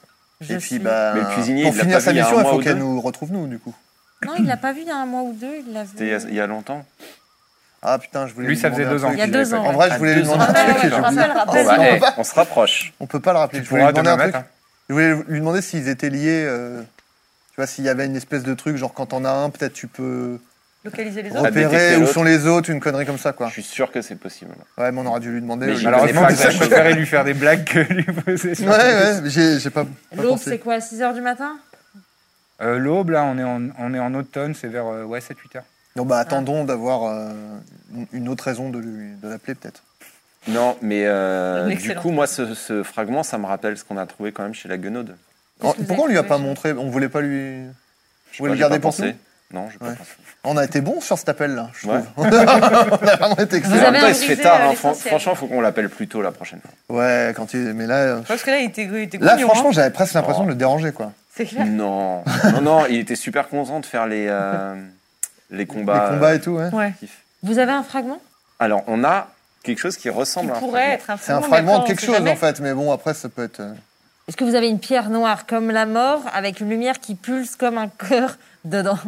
[SPEAKER 5] Je
[SPEAKER 3] Et puis,
[SPEAKER 5] suis-
[SPEAKER 3] bah,
[SPEAKER 4] Mais le cuisinier,
[SPEAKER 3] pour
[SPEAKER 4] il l'a
[SPEAKER 3] finir
[SPEAKER 4] pas
[SPEAKER 3] sa
[SPEAKER 4] vu il y a
[SPEAKER 3] mission,
[SPEAKER 4] un
[SPEAKER 3] il
[SPEAKER 4] mois
[SPEAKER 3] faut
[SPEAKER 4] ou
[SPEAKER 3] qu'elle
[SPEAKER 4] deux.
[SPEAKER 3] nous retrouve, nous, du coup.
[SPEAKER 5] Non, il l'a pas vu il y a un mois ou deux, il l'a
[SPEAKER 4] C'était il y
[SPEAKER 5] vu.
[SPEAKER 4] a- il y, a longtemps.
[SPEAKER 3] Ah putain, je voulais
[SPEAKER 1] Lui,
[SPEAKER 3] lui
[SPEAKER 1] ça faisait
[SPEAKER 3] demander un
[SPEAKER 1] deux ans.
[SPEAKER 3] truc.
[SPEAKER 5] Il y a
[SPEAKER 1] qu'il
[SPEAKER 5] deux
[SPEAKER 1] l'avait pas
[SPEAKER 5] ans,
[SPEAKER 3] En
[SPEAKER 5] ouais.
[SPEAKER 3] vrai, je Oh, voulais lui demander un
[SPEAKER 5] Ah, ouais,
[SPEAKER 3] truc.
[SPEAKER 5] ouais,
[SPEAKER 3] j'ai
[SPEAKER 5] je
[SPEAKER 3] oublié.
[SPEAKER 5] rappelle,
[SPEAKER 4] Bon,
[SPEAKER 5] rappelle.
[SPEAKER 4] bah,
[SPEAKER 3] non,
[SPEAKER 4] eh, on se rapproche.
[SPEAKER 3] On peut pas le rappeler.
[SPEAKER 1] Tu
[SPEAKER 3] Je voulais
[SPEAKER 1] pourras
[SPEAKER 3] lui demander
[SPEAKER 1] demain
[SPEAKER 3] un truc.
[SPEAKER 1] matin.
[SPEAKER 3] Je voulais lui demander s'ils étaient liés. euh, Tu vois, s'il y avait une espèce de truc, genre quand t'en as un, peut-être tu peux
[SPEAKER 6] Localiser les autres.
[SPEAKER 3] repérer
[SPEAKER 4] détecter
[SPEAKER 3] où
[SPEAKER 4] l'autre.
[SPEAKER 3] sont les autres, une connerie comme ça, quoi.
[SPEAKER 4] Je suis sûr que c'est possible.
[SPEAKER 3] Ouais, mais on aura dû lui demander.
[SPEAKER 4] Mais
[SPEAKER 3] au lieu
[SPEAKER 4] j'y
[SPEAKER 3] de-
[SPEAKER 1] Malheureusement,
[SPEAKER 4] connais pas
[SPEAKER 1] je
[SPEAKER 4] grand-chose.
[SPEAKER 1] préférais lui faire des blagues que lui poser
[SPEAKER 3] Ouais,
[SPEAKER 1] sur-
[SPEAKER 3] ouais, mais j'ai j'ai pas. pas
[SPEAKER 5] L'aube, c'est
[SPEAKER 3] pensé.
[SPEAKER 5] quoi, à 6 heures du matin
[SPEAKER 1] Euh, L'aube, là, on est en, on est en automne, c'est vers euh, ouais, 7-8 heures.
[SPEAKER 3] Non,
[SPEAKER 6] Ah.
[SPEAKER 3] bah attendons d'avoir euh, une- une autre raison de lui- de l'appeler, peut-être.
[SPEAKER 4] Non, mais euh,
[SPEAKER 6] Un
[SPEAKER 4] du
[SPEAKER 6] excellent.
[SPEAKER 4] coup, moi, ce, ce fragment, ça me rappelle ce qu'on a trouvé quand même chez la Guenaude.
[SPEAKER 3] Alors,
[SPEAKER 6] que vous
[SPEAKER 3] Oh, Pourquoi on
[SPEAKER 6] avez
[SPEAKER 3] lui a
[SPEAKER 6] trouvé
[SPEAKER 3] pas
[SPEAKER 6] chez-
[SPEAKER 3] montré On voulait pas lui.
[SPEAKER 4] Je
[SPEAKER 3] Vous voulez le garder pour
[SPEAKER 4] penser.
[SPEAKER 3] nous
[SPEAKER 4] Non, je pas
[SPEAKER 3] Ouais.
[SPEAKER 4] pensé.
[SPEAKER 3] On a été bon sur cet appel-là, je
[SPEAKER 4] Ouais.
[SPEAKER 3] trouve. on a vraiment été
[SPEAKER 4] En
[SPEAKER 3] excellent.
[SPEAKER 5] avez
[SPEAKER 4] même temps, il se fait
[SPEAKER 6] brisé,
[SPEAKER 4] tard.
[SPEAKER 6] euh,
[SPEAKER 4] hein. Fran-
[SPEAKER 6] l'essentiel.
[SPEAKER 4] Franchement, faut qu'on l'appelle plus tôt la prochaine fois.
[SPEAKER 3] Ouais, quand il. Mais là. euh,
[SPEAKER 6] Parce que là, il était, il était
[SPEAKER 3] Là,
[SPEAKER 6] grognon,
[SPEAKER 3] franchement,
[SPEAKER 6] hein.
[SPEAKER 3] j'avais presque l'impression
[SPEAKER 4] Oh.
[SPEAKER 3] de le déranger, quoi.
[SPEAKER 6] c'est clair.
[SPEAKER 4] Non, non, non, il était super content de faire les, euh, les combats.
[SPEAKER 3] Les combats et tout, ouais.
[SPEAKER 6] Ouais.
[SPEAKER 4] euh, kiff.
[SPEAKER 5] Vous avez un fragment
[SPEAKER 4] Alors, on a quelque chose qui ressemble à un
[SPEAKER 6] pourrait
[SPEAKER 4] fragment.
[SPEAKER 6] être un
[SPEAKER 3] C'est un
[SPEAKER 6] fragment, mais
[SPEAKER 3] fragment de
[SPEAKER 6] après, on
[SPEAKER 3] quelque
[SPEAKER 6] sait
[SPEAKER 3] chose
[SPEAKER 6] jamais.
[SPEAKER 3] en fait, mais bon, après ça peut être. euh,
[SPEAKER 5] Est-ce que vous avez une pierre noire comme la mort, avec une lumière qui pulse comme un cœur dedans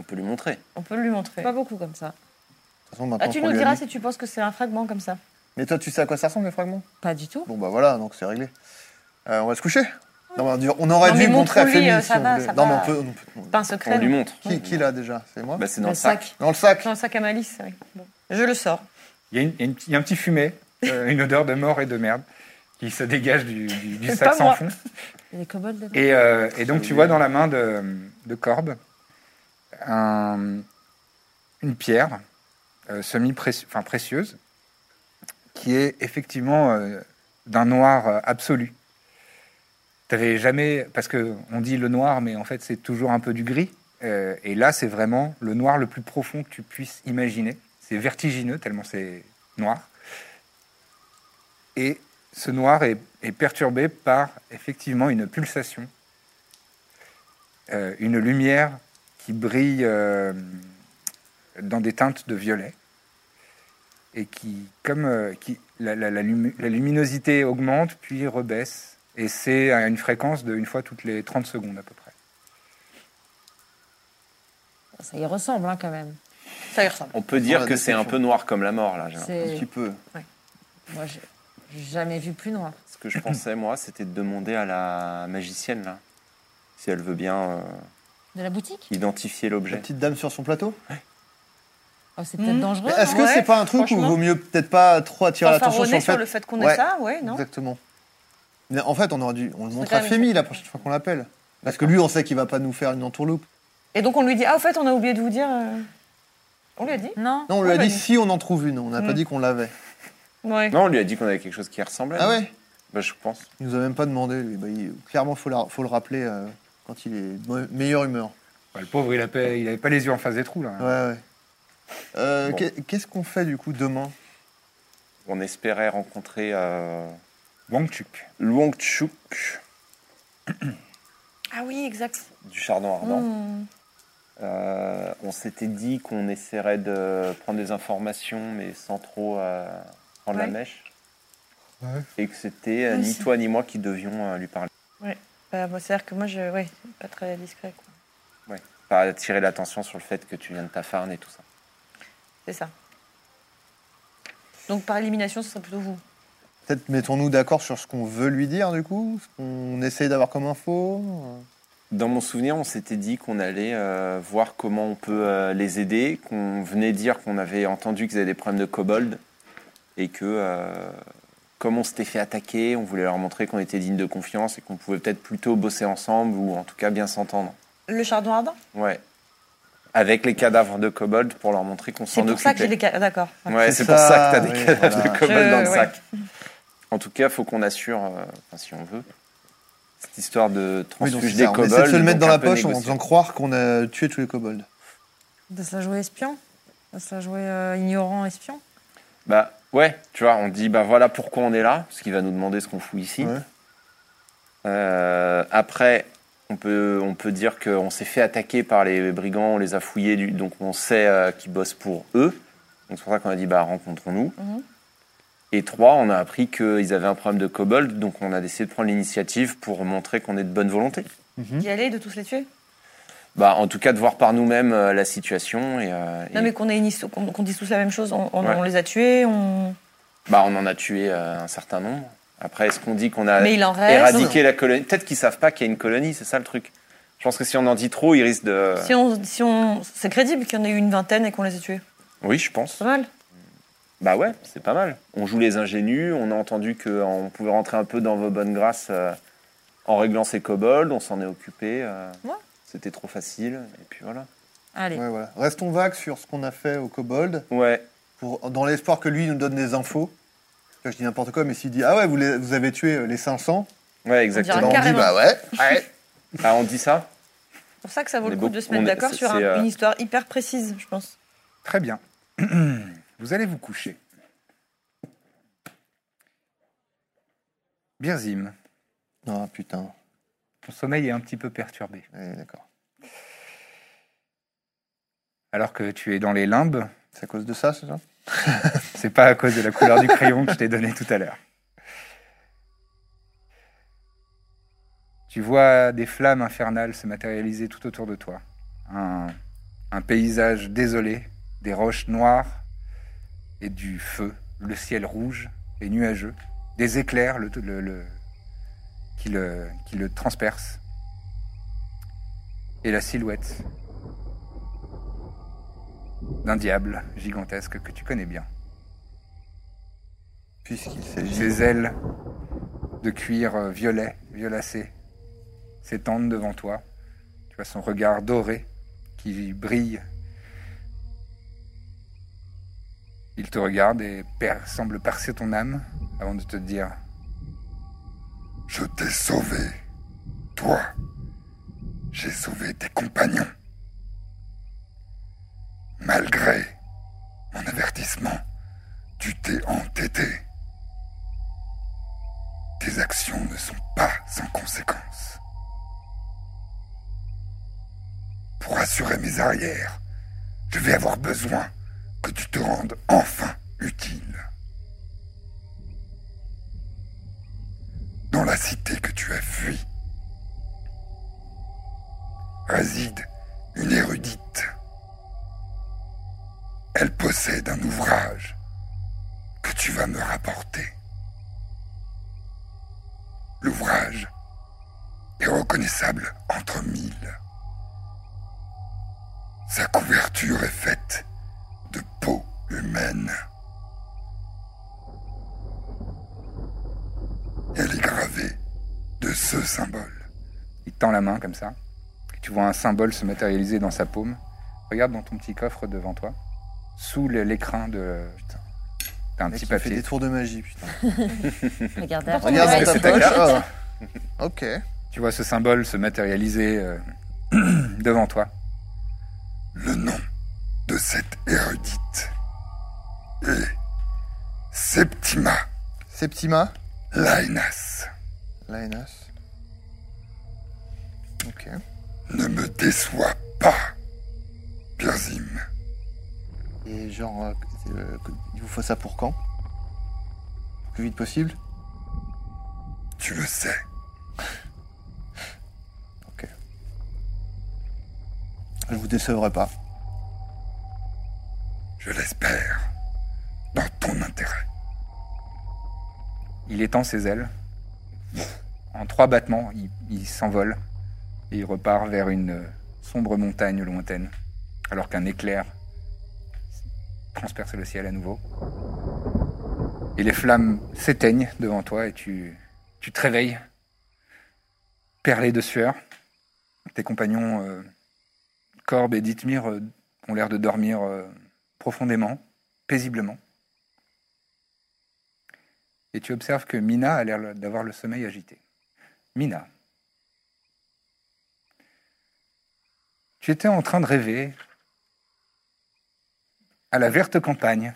[SPEAKER 4] On peut lui montrer.
[SPEAKER 6] On peut lui montrer.
[SPEAKER 5] Pas beaucoup comme ça.
[SPEAKER 3] De toute façon, maintenant,
[SPEAKER 6] Ah, tu
[SPEAKER 3] qu'on
[SPEAKER 6] nous
[SPEAKER 3] lui a
[SPEAKER 6] diras
[SPEAKER 3] mis-
[SPEAKER 6] si tu penses que c'est un fragment comme ça.
[SPEAKER 3] Mais toi, tu sais à quoi ça ressemble les fragments
[SPEAKER 5] Pas du tout.
[SPEAKER 3] Bon, bah voilà, donc c'est réglé. Euh, on va se coucher Non, mais on dû- on aurait
[SPEAKER 6] Non,
[SPEAKER 3] dû
[SPEAKER 6] mais
[SPEAKER 3] montrer à
[SPEAKER 6] montre-lui,
[SPEAKER 3] Fémi.
[SPEAKER 6] euh,
[SPEAKER 3] si
[SPEAKER 6] ça
[SPEAKER 3] on
[SPEAKER 6] va,
[SPEAKER 3] voulait.
[SPEAKER 6] ça
[SPEAKER 3] non, mais
[SPEAKER 6] va.
[SPEAKER 3] on peut. on peut-
[SPEAKER 6] C'est Pas un secret.
[SPEAKER 4] On lui montre.
[SPEAKER 3] Qui, qui l'a déjà C'est moi
[SPEAKER 4] Bah, c'est dans le sac.
[SPEAKER 3] Dans le sac
[SPEAKER 6] Dans le sac à malice, oui. Bon. Je le sors.
[SPEAKER 1] Il y a, une- il y a une- il y a un petit fumet, euh, une odeur de mort et de merde qui se dégage du, du- du
[SPEAKER 6] C'est
[SPEAKER 1] sac
[SPEAKER 6] pas
[SPEAKER 1] sans
[SPEAKER 6] moi.
[SPEAKER 1] fond.
[SPEAKER 5] Il y a des kobolds dedans.
[SPEAKER 1] Et, euh, et donc tu vois dans la main de, de Corbe un- une pierre euh, semi-précieuse, enfin, précieuse, qui est effectivement euh, d'un noir euh, absolu. T'avais jamais, parce que on dit le noir, mais en fait c'est toujours un peu du gris. Euh, et là c'est vraiment le noir le plus profond que tu puisses imaginer. C'est vertigineux tellement c'est noir. Et ce noir est, est perturbé par effectivement une pulsation, euh, une lumière qui brille euh, dans des teintes de violet et qui, comme euh, qui, la, la- la lumi- la luminosité augmente puis rebaisse et c'est à une fréquence de une fois toutes les 30 secondes à peu près.
[SPEAKER 5] Ça y ressemble hein, quand même.
[SPEAKER 6] Ça y ressemble.
[SPEAKER 4] On peut dire
[SPEAKER 3] la
[SPEAKER 4] que c'est un
[SPEAKER 3] description.
[SPEAKER 4] peu noir comme la mort, là. j'ai l'impression.
[SPEAKER 3] Un
[SPEAKER 5] C'est...
[SPEAKER 3] petit peu.
[SPEAKER 5] Moi, j'ai j'ai jamais vu plus noir.
[SPEAKER 4] Ce que je pensais, moi, c'était de demander à la magicienne, là, si elle veut bien euh,
[SPEAKER 5] De la boutique
[SPEAKER 4] identifier
[SPEAKER 3] La
[SPEAKER 4] l'objet.
[SPEAKER 3] petite dame sur son plateau.
[SPEAKER 5] Oh, C'est peut-être
[SPEAKER 6] Mhm.
[SPEAKER 5] dangereux.
[SPEAKER 3] Mais Est-ce que
[SPEAKER 6] ouais,
[SPEAKER 3] c'est pas un truc où il
[SPEAKER 6] franchement.
[SPEAKER 3] vaut mieux peut-être pas trop attirer l'attention sur
[SPEAKER 6] Fanfaronner
[SPEAKER 3] le
[SPEAKER 6] sur
[SPEAKER 3] fait
[SPEAKER 6] le fait qu'on
[SPEAKER 3] Ouais.
[SPEAKER 6] ait ça, ouais, non
[SPEAKER 3] Exactement. Mais en fait, on aurait dû. On le montre
[SPEAKER 6] quand
[SPEAKER 3] à
[SPEAKER 6] même
[SPEAKER 3] Fémi
[SPEAKER 6] une-
[SPEAKER 3] la prochaine fois qu'on l'appelle. Parce que lui, on sait qu'il va pas nous faire une entourloupe.
[SPEAKER 6] Et donc on lui dit, ah, au fait, on a oublié de vous dire. euh, On lui a dit
[SPEAKER 5] Non.
[SPEAKER 3] Non, on lui
[SPEAKER 6] Ouais,
[SPEAKER 3] a
[SPEAKER 6] bah,
[SPEAKER 3] dit
[SPEAKER 6] non.
[SPEAKER 3] si on en trouve une. On n'a pas dit qu'on l'avait.
[SPEAKER 6] Ouais.
[SPEAKER 4] Non, on lui a dit qu'on avait quelque chose qui ressemblait.
[SPEAKER 3] Ah
[SPEAKER 4] non
[SPEAKER 3] ouais
[SPEAKER 4] bah, Je pense.
[SPEAKER 3] Il nous a même pas demandé. Lui. Bah, il- Clairement, faut, la- faut le rappeler euh, quand il est de me- meilleure humeur.
[SPEAKER 1] Bah, le pauvre, il n'avait pas les yeux en face des trous là.
[SPEAKER 3] Ouais, ouais. Euh,
[SPEAKER 4] Ah. Bon.
[SPEAKER 3] qu'est- Qu'est-ce qu'on fait du coup demain
[SPEAKER 4] On espérait rencontrer euh,
[SPEAKER 1] Wangchuk.
[SPEAKER 4] Luong Chuk
[SPEAKER 6] Ah oui, exact.
[SPEAKER 4] du Chardon Ardent.
[SPEAKER 6] Hmm.
[SPEAKER 4] Euh, on s'était dit qu'on essaierait de prendre des informations, mais sans trop euh, prendre la
[SPEAKER 6] Ouais.
[SPEAKER 4] mèche. Et que c'était euh, ni toi ni moi qui devions euh, lui parler.
[SPEAKER 6] Bah, moi, C'est-à-dire que moi, je. Ouais, pas très discret, quoi.
[SPEAKER 4] Pas attirer l'attention sur le fait que tu viens de ta farne et tout ça.
[SPEAKER 6] C'est ça. Donc par élimination, ce serait plutôt vous.
[SPEAKER 3] Peut-être mettons-nous d'accord sur ce qu'on veut lui dire du coup, ce qu'on essaye d'avoir comme info. euh.
[SPEAKER 4] Dans mon souvenir, on s'était dit qu'on allait euh, voir comment on peut euh, les aider, qu'on venait dire qu'on avait entendu qu'ils avaient des problèmes de kobold et que, euh, comme on s'était fait attaquer, on voulait leur montrer qu'on était digne de confiance et qu'on pouvait peut-être plutôt bosser ensemble ou en tout cas bien s'entendre.
[SPEAKER 6] Le chardon ardent
[SPEAKER 4] Ouais. Avec les cadavres de kobold pour leur montrer qu'on
[SPEAKER 6] C'est
[SPEAKER 4] s'en
[SPEAKER 6] pour ça que j'ai
[SPEAKER 4] occupait.
[SPEAKER 6] des cas. D'accord.
[SPEAKER 4] Ouais,
[SPEAKER 3] C'est
[SPEAKER 4] c'est pour ça que t'as
[SPEAKER 3] ça,
[SPEAKER 4] des
[SPEAKER 3] oui,
[SPEAKER 4] cadavres
[SPEAKER 3] voilà.
[SPEAKER 4] de kobold
[SPEAKER 6] Je-
[SPEAKER 4] dans le
[SPEAKER 6] ouais.
[SPEAKER 4] sac. En tout cas, faut qu'on assure, euh, enfin, si on veut, cette histoire de
[SPEAKER 3] Oui, donc
[SPEAKER 4] transfuge
[SPEAKER 3] c'est
[SPEAKER 4] des
[SPEAKER 3] ça, on
[SPEAKER 4] kobolds.
[SPEAKER 3] essaie de se le mettre dans
[SPEAKER 4] donc
[SPEAKER 3] la
[SPEAKER 4] un peu
[SPEAKER 3] poche en
[SPEAKER 4] négocier.
[SPEAKER 3] faisant croire qu'on a tué tous les kobolds.
[SPEAKER 5] De se la jouer espion De se la jouer euh, ignorant espion
[SPEAKER 4] Bah ouais, tu vois, on dit bah voilà pourquoi on est là, parce qu'il va nous demander ce qu'on fout ici.
[SPEAKER 3] Ouais.
[SPEAKER 4] Euh, après, on peut, on peut dire qu'on s'est fait attaquer par les brigands, on les a fouillés, du- donc on sait euh, qu'ils bossent pour eux. Donc c'est pour ça qu'on a dit bah rencontrons-nous.
[SPEAKER 6] Mhm.
[SPEAKER 4] Et trois, on a appris qu'ils avaient un problème de kobold, donc on a décidé de prendre l'initiative pour montrer qu'on est de bonne volonté.
[SPEAKER 6] D'y aller, de tous les tuer
[SPEAKER 4] Bah en tout cas de voir par nous-mêmes euh, la situation et, euh,
[SPEAKER 6] Non,
[SPEAKER 4] et-
[SPEAKER 6] mais qu'on ait une histo- qu'on qu'on dise tous la même chose. On, on-
[SPEAKER 4] Ouais.
[SPEAKER 6] on les a tués, on.
[SPEAKER 4] bah on en a tué euh, un certain nombre. Après, est-ce qu'on dit qu'on a
[SPEAKER 6] Mais il en reste.
[SPEAKER 4] éradiquer la colonie. Peut-être qu'ils savent pas qu'il y a une colonie, c'est ça le truc. Je pense que si on en dit trop, ils risquent de.
[SPEAKER 6] Si on, si on, c'est crédible qu'il y en ait eu une vingtaine et qu'on les ait tués.
[SPEAKER 4] Oui, je pense.
[SPEAKER 6] C'est pas mal.
[SPEAKER 4] Bah ouais, c'est pas mal. On joue les ingénus, on a entendu qu'on pouvait rentrer un peu dans vos bonnes grâces euh, en réglant ces kobolds, on s'en est occupé. euh,
[SPEAKER 6] Ouais.
[SPEAKER 4] C'était trop facile, et puis voilà.
[SPEAKER 5] Allez.
[SPEAKER 3] Ouais, voilà. Restons vagues sur ce qu'on a fait au kobold,
[SPEAKER 4] Ouais,
[SPEAKER 3] pour, dans l'espoir que lui nous donne des infos. Là, je dis n'importe quoi, mais s'il dit Ah ouais, vous, les- vous avez tué euh, les 500,
[SPEAKER 4] ouais,
[SPEAKER 3] bah,
[SPEAKER 4] exactement.
[SPEAKER 3] on dit
[SPEAKER 6] carrément.
[SPEAKER 3] Bah ouais.
[SPEAKER 4] Ah, on dit ça
[SPEAKER 6] C'est pour ça que ça vaut
[SPEAKER 4] On
[SPEAKER 6] le
[SPEAKER 4] est
[SPEAKER 6] coup
[SPEAKER 4] beaucoup-
[SPEAKER 6] de se mettre
[SPEAKER 4] on est-
[SPEAKER 6] d'accord
[SPEAKER 4] c'est-
[SPEAKER 6] sur un-
[SPEAKER 4] c'est, euh,
[SPEAKER 6] une histoire hyper précise, je pense.
[SPEAKER 1] Très bien. Vous allez vous coucher. Birzim,
[SPEAKER 3] Ah putain,
[SPEAKER 1] ton sommeil est un petit peu perturbé.
[SPEAKER 3] Ouais, d'accord.
[SPEAKER 1] Alors que tu es dans les limbes,
[SPEAKER 3] C'est à cause de ça, c'est ça
[SPEAKER 1] C'est pas à cause de la couleur du crayon que je t'ai donné tout à l'heure. Tu vois des flammes infernales se matérialiser tout autour de toi. Un, un paysage désolé, des roches noires et du feu, le ciel rouge et nuageux, des éclairs le- le- le- qui, le, qui le transpercent. Et la silhouette d'un diable gigantesque que tu connais bien.
[SPEAKER 3] Puisqu'il s'agit.
[SPEAKER 1] Ses ailes de cuir euh, violet, violacé, s'étendent devant toi. Tu vois son regard doré qui brille. Il te regarde et per- semble percer ton âme avant de te dire
[SPEAKER 7] Je t'ai sauvé. Toi, j'ai sauvé tes compagnons. Malgré mon avertissement, tu t'es entêté. Tes actions ne sont pas sans conséquences. Pour assurer mes arrières, je vais avoir besoin que tu te rendes enfin utile. dans la cité que tu as fui réside une érudite. Elle possède un ouvrage que tu vas me rapporter. L'ouvrage est reconnaissable entre mille. Sa couverture est faite de peau humaine. Elle est gravée de ce symbole.
[SPEAKER 1] Il te tend la main comme ça. Et tu vois un symbole se matérialiser dans sa paume. Regarde dans ton petit coffre devant toi, sous le- l'écrin de. Putain. T'as un
[SPEAKER 3] Mec,
[SPEAKER 1] petit
[SPEAKER 3] il fait
[SPEAKER 1] papier.
[SPEAKER 3] des tours de magie, putain.
[SPEAKER 2] Regardez.
[SPEAKER 3] Regarde
[SPEAKER 2] Ouais,
[SPEAKER 3] dans ta
[SPEAKER 2] c'est bon.
[SPEAKER 3] poche. Ah. Ok.
[SPEAKER 1] Tu vois ce symbole se matérialiser euh, devant toi.
[SPEAKER 7] Le nom de cette érudite est Septima
[SPEAKER 3] Septima.
[SPEAKER 7] Lainas.
[SPEAKER 3] Lainas. Ok.
[SPEAKER 7] Ne me déçois pas, Birzim.
[SPEAKER 3] Et genre, euh, euh, il vous faut ça pour quand Le plus vite possible
[SPEAKER 7] Tu le sais,
[SPEAKER 3] Ok. Je vous décevrai pas.
[SPEAKER 7] je l'espère, dans ton intérêt.
[SPEAKER 1] Il étend ses ailes. En trois battements, il, il s'envole et il repart vers une euh, sombre montagne lointaine, alors qu'un éclair transperce le ciel à nouveau. Et les flammes s'éteignent devant toi et tu, tu te réveilles, perlé de sueur. Tes compagnons euh, Corbe et Dithmir euh, ont l'air de dormir euh, profondément, paisiblement. Et tu observes que Mina a l'air d'avoir le sommeil agité. Mina. Tu étais en train de rêver à la verte campagne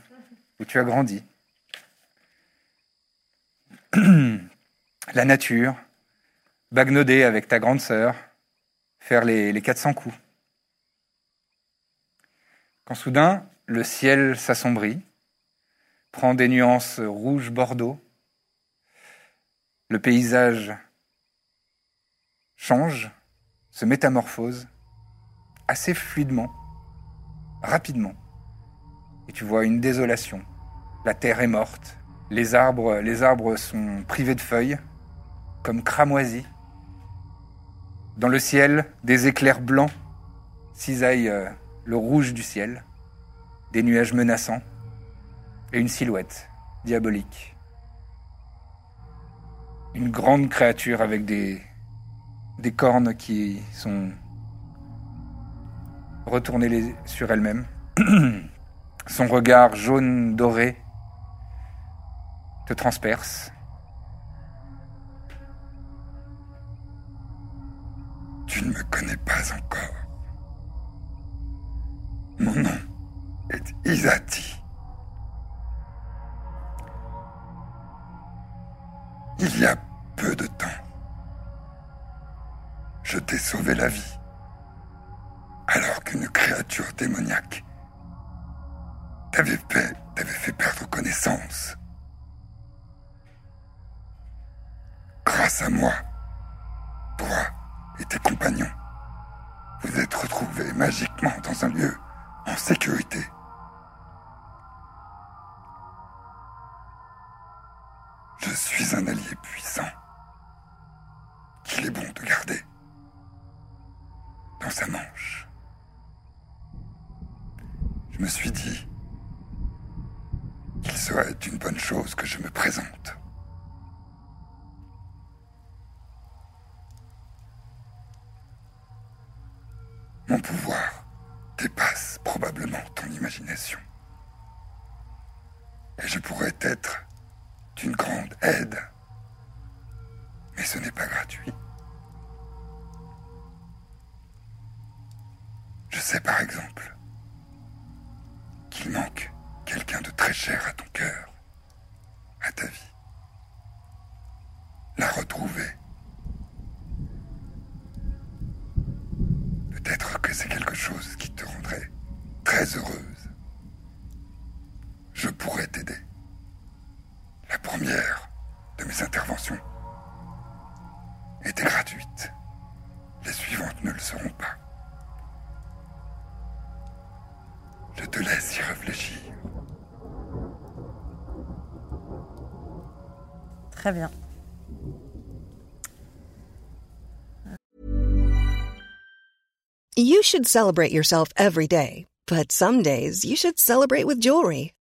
[SPEAKER 1] où tu as grandi. la nature, bagnoder avec ta grande sœur, faire les, les 400 coups. Quand soudain, le ciel s'assombrit, prend des nuances rouge-bordeaux, le paysage change, se métamorphose assez fluidement, rapidement. Et tu vois une désolation. La terre est morte. Les arbres, les arbres sont privés de feuilles, comme cramoisis. Dans le ciel, des éclairs blancs cisaillent euh, le rouge du ciel, des nuages menaçants et une silhouette diabolique une grande créature avec des, des cornes qui sont retournées les- sur elle-même. Son regard jaune doré te transperce.
[SPEAKER 7] Tu ne me connais pas encore. Mon nom est Isati. Il y a peu de temps, je t'ai sauvé la vie alors qu'une créature démoniaque t'avait fait, t'avait
[SPEAKER 1] connaissance. Grâce à moi, toi et tes compagnons, vous êtes retrouvés magiquement dans un lieu en sécurité. Je suis un allié puissant qu'il est bon de garder dans sa manche. Je me suis dit qu'il serait une bonne chose que je me présente. Mon pouvoir dépasse probablement ton imagination. Et je pourrais être d'une grande aide. Mais ce n'est pas gratuit. Je sais par exemple qu'il manque quelqu'un de très cher à ton cœur, à ta vie. La retrouver. Peut-être que c'est quelque chose qui te rendrait très heureuse. Je pourrais t'aider. La première de mes interventions était gratuite. Les suivantes ne le seront pas. Je te laisse y réfléchir.
[SPEAKER 5] Très bien.
[SPEAKER 8] You should celebrate yourself every day, but some days you should celebrate with jewelry.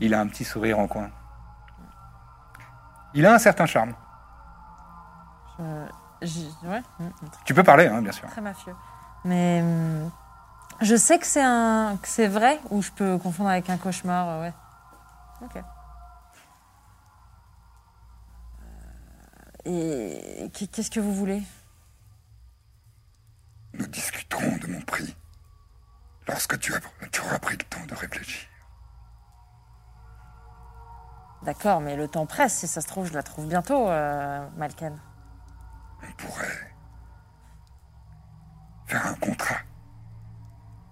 [SPEAKER 9] Il a un petit sourire en coin. Il a un certain charme.
[SPEAKER 5] Euh, j- ouais, mm,
[SPEAKER 9] Tu peux parler, hein, bien sûr.
[SPEAKER 5] très mafieux. Mais hum, je sais que c'est un, que c'est vrai ou je peux confondre avec un cauchemar. euh, Ouais. Ok. Euh, Et qu- qu'est-ce que vous voulez
[SPEAKER 1] Nous discuterons de mon prix lorsque tu, as- tu auras pris le temps de réfléchir.
[SPEAKER 5] D'accord, mais le temps presse. Si ça se trouve, je la trouve bientôt, euh, Malken.
[SPEAKER 1] On pourrait faire un contrat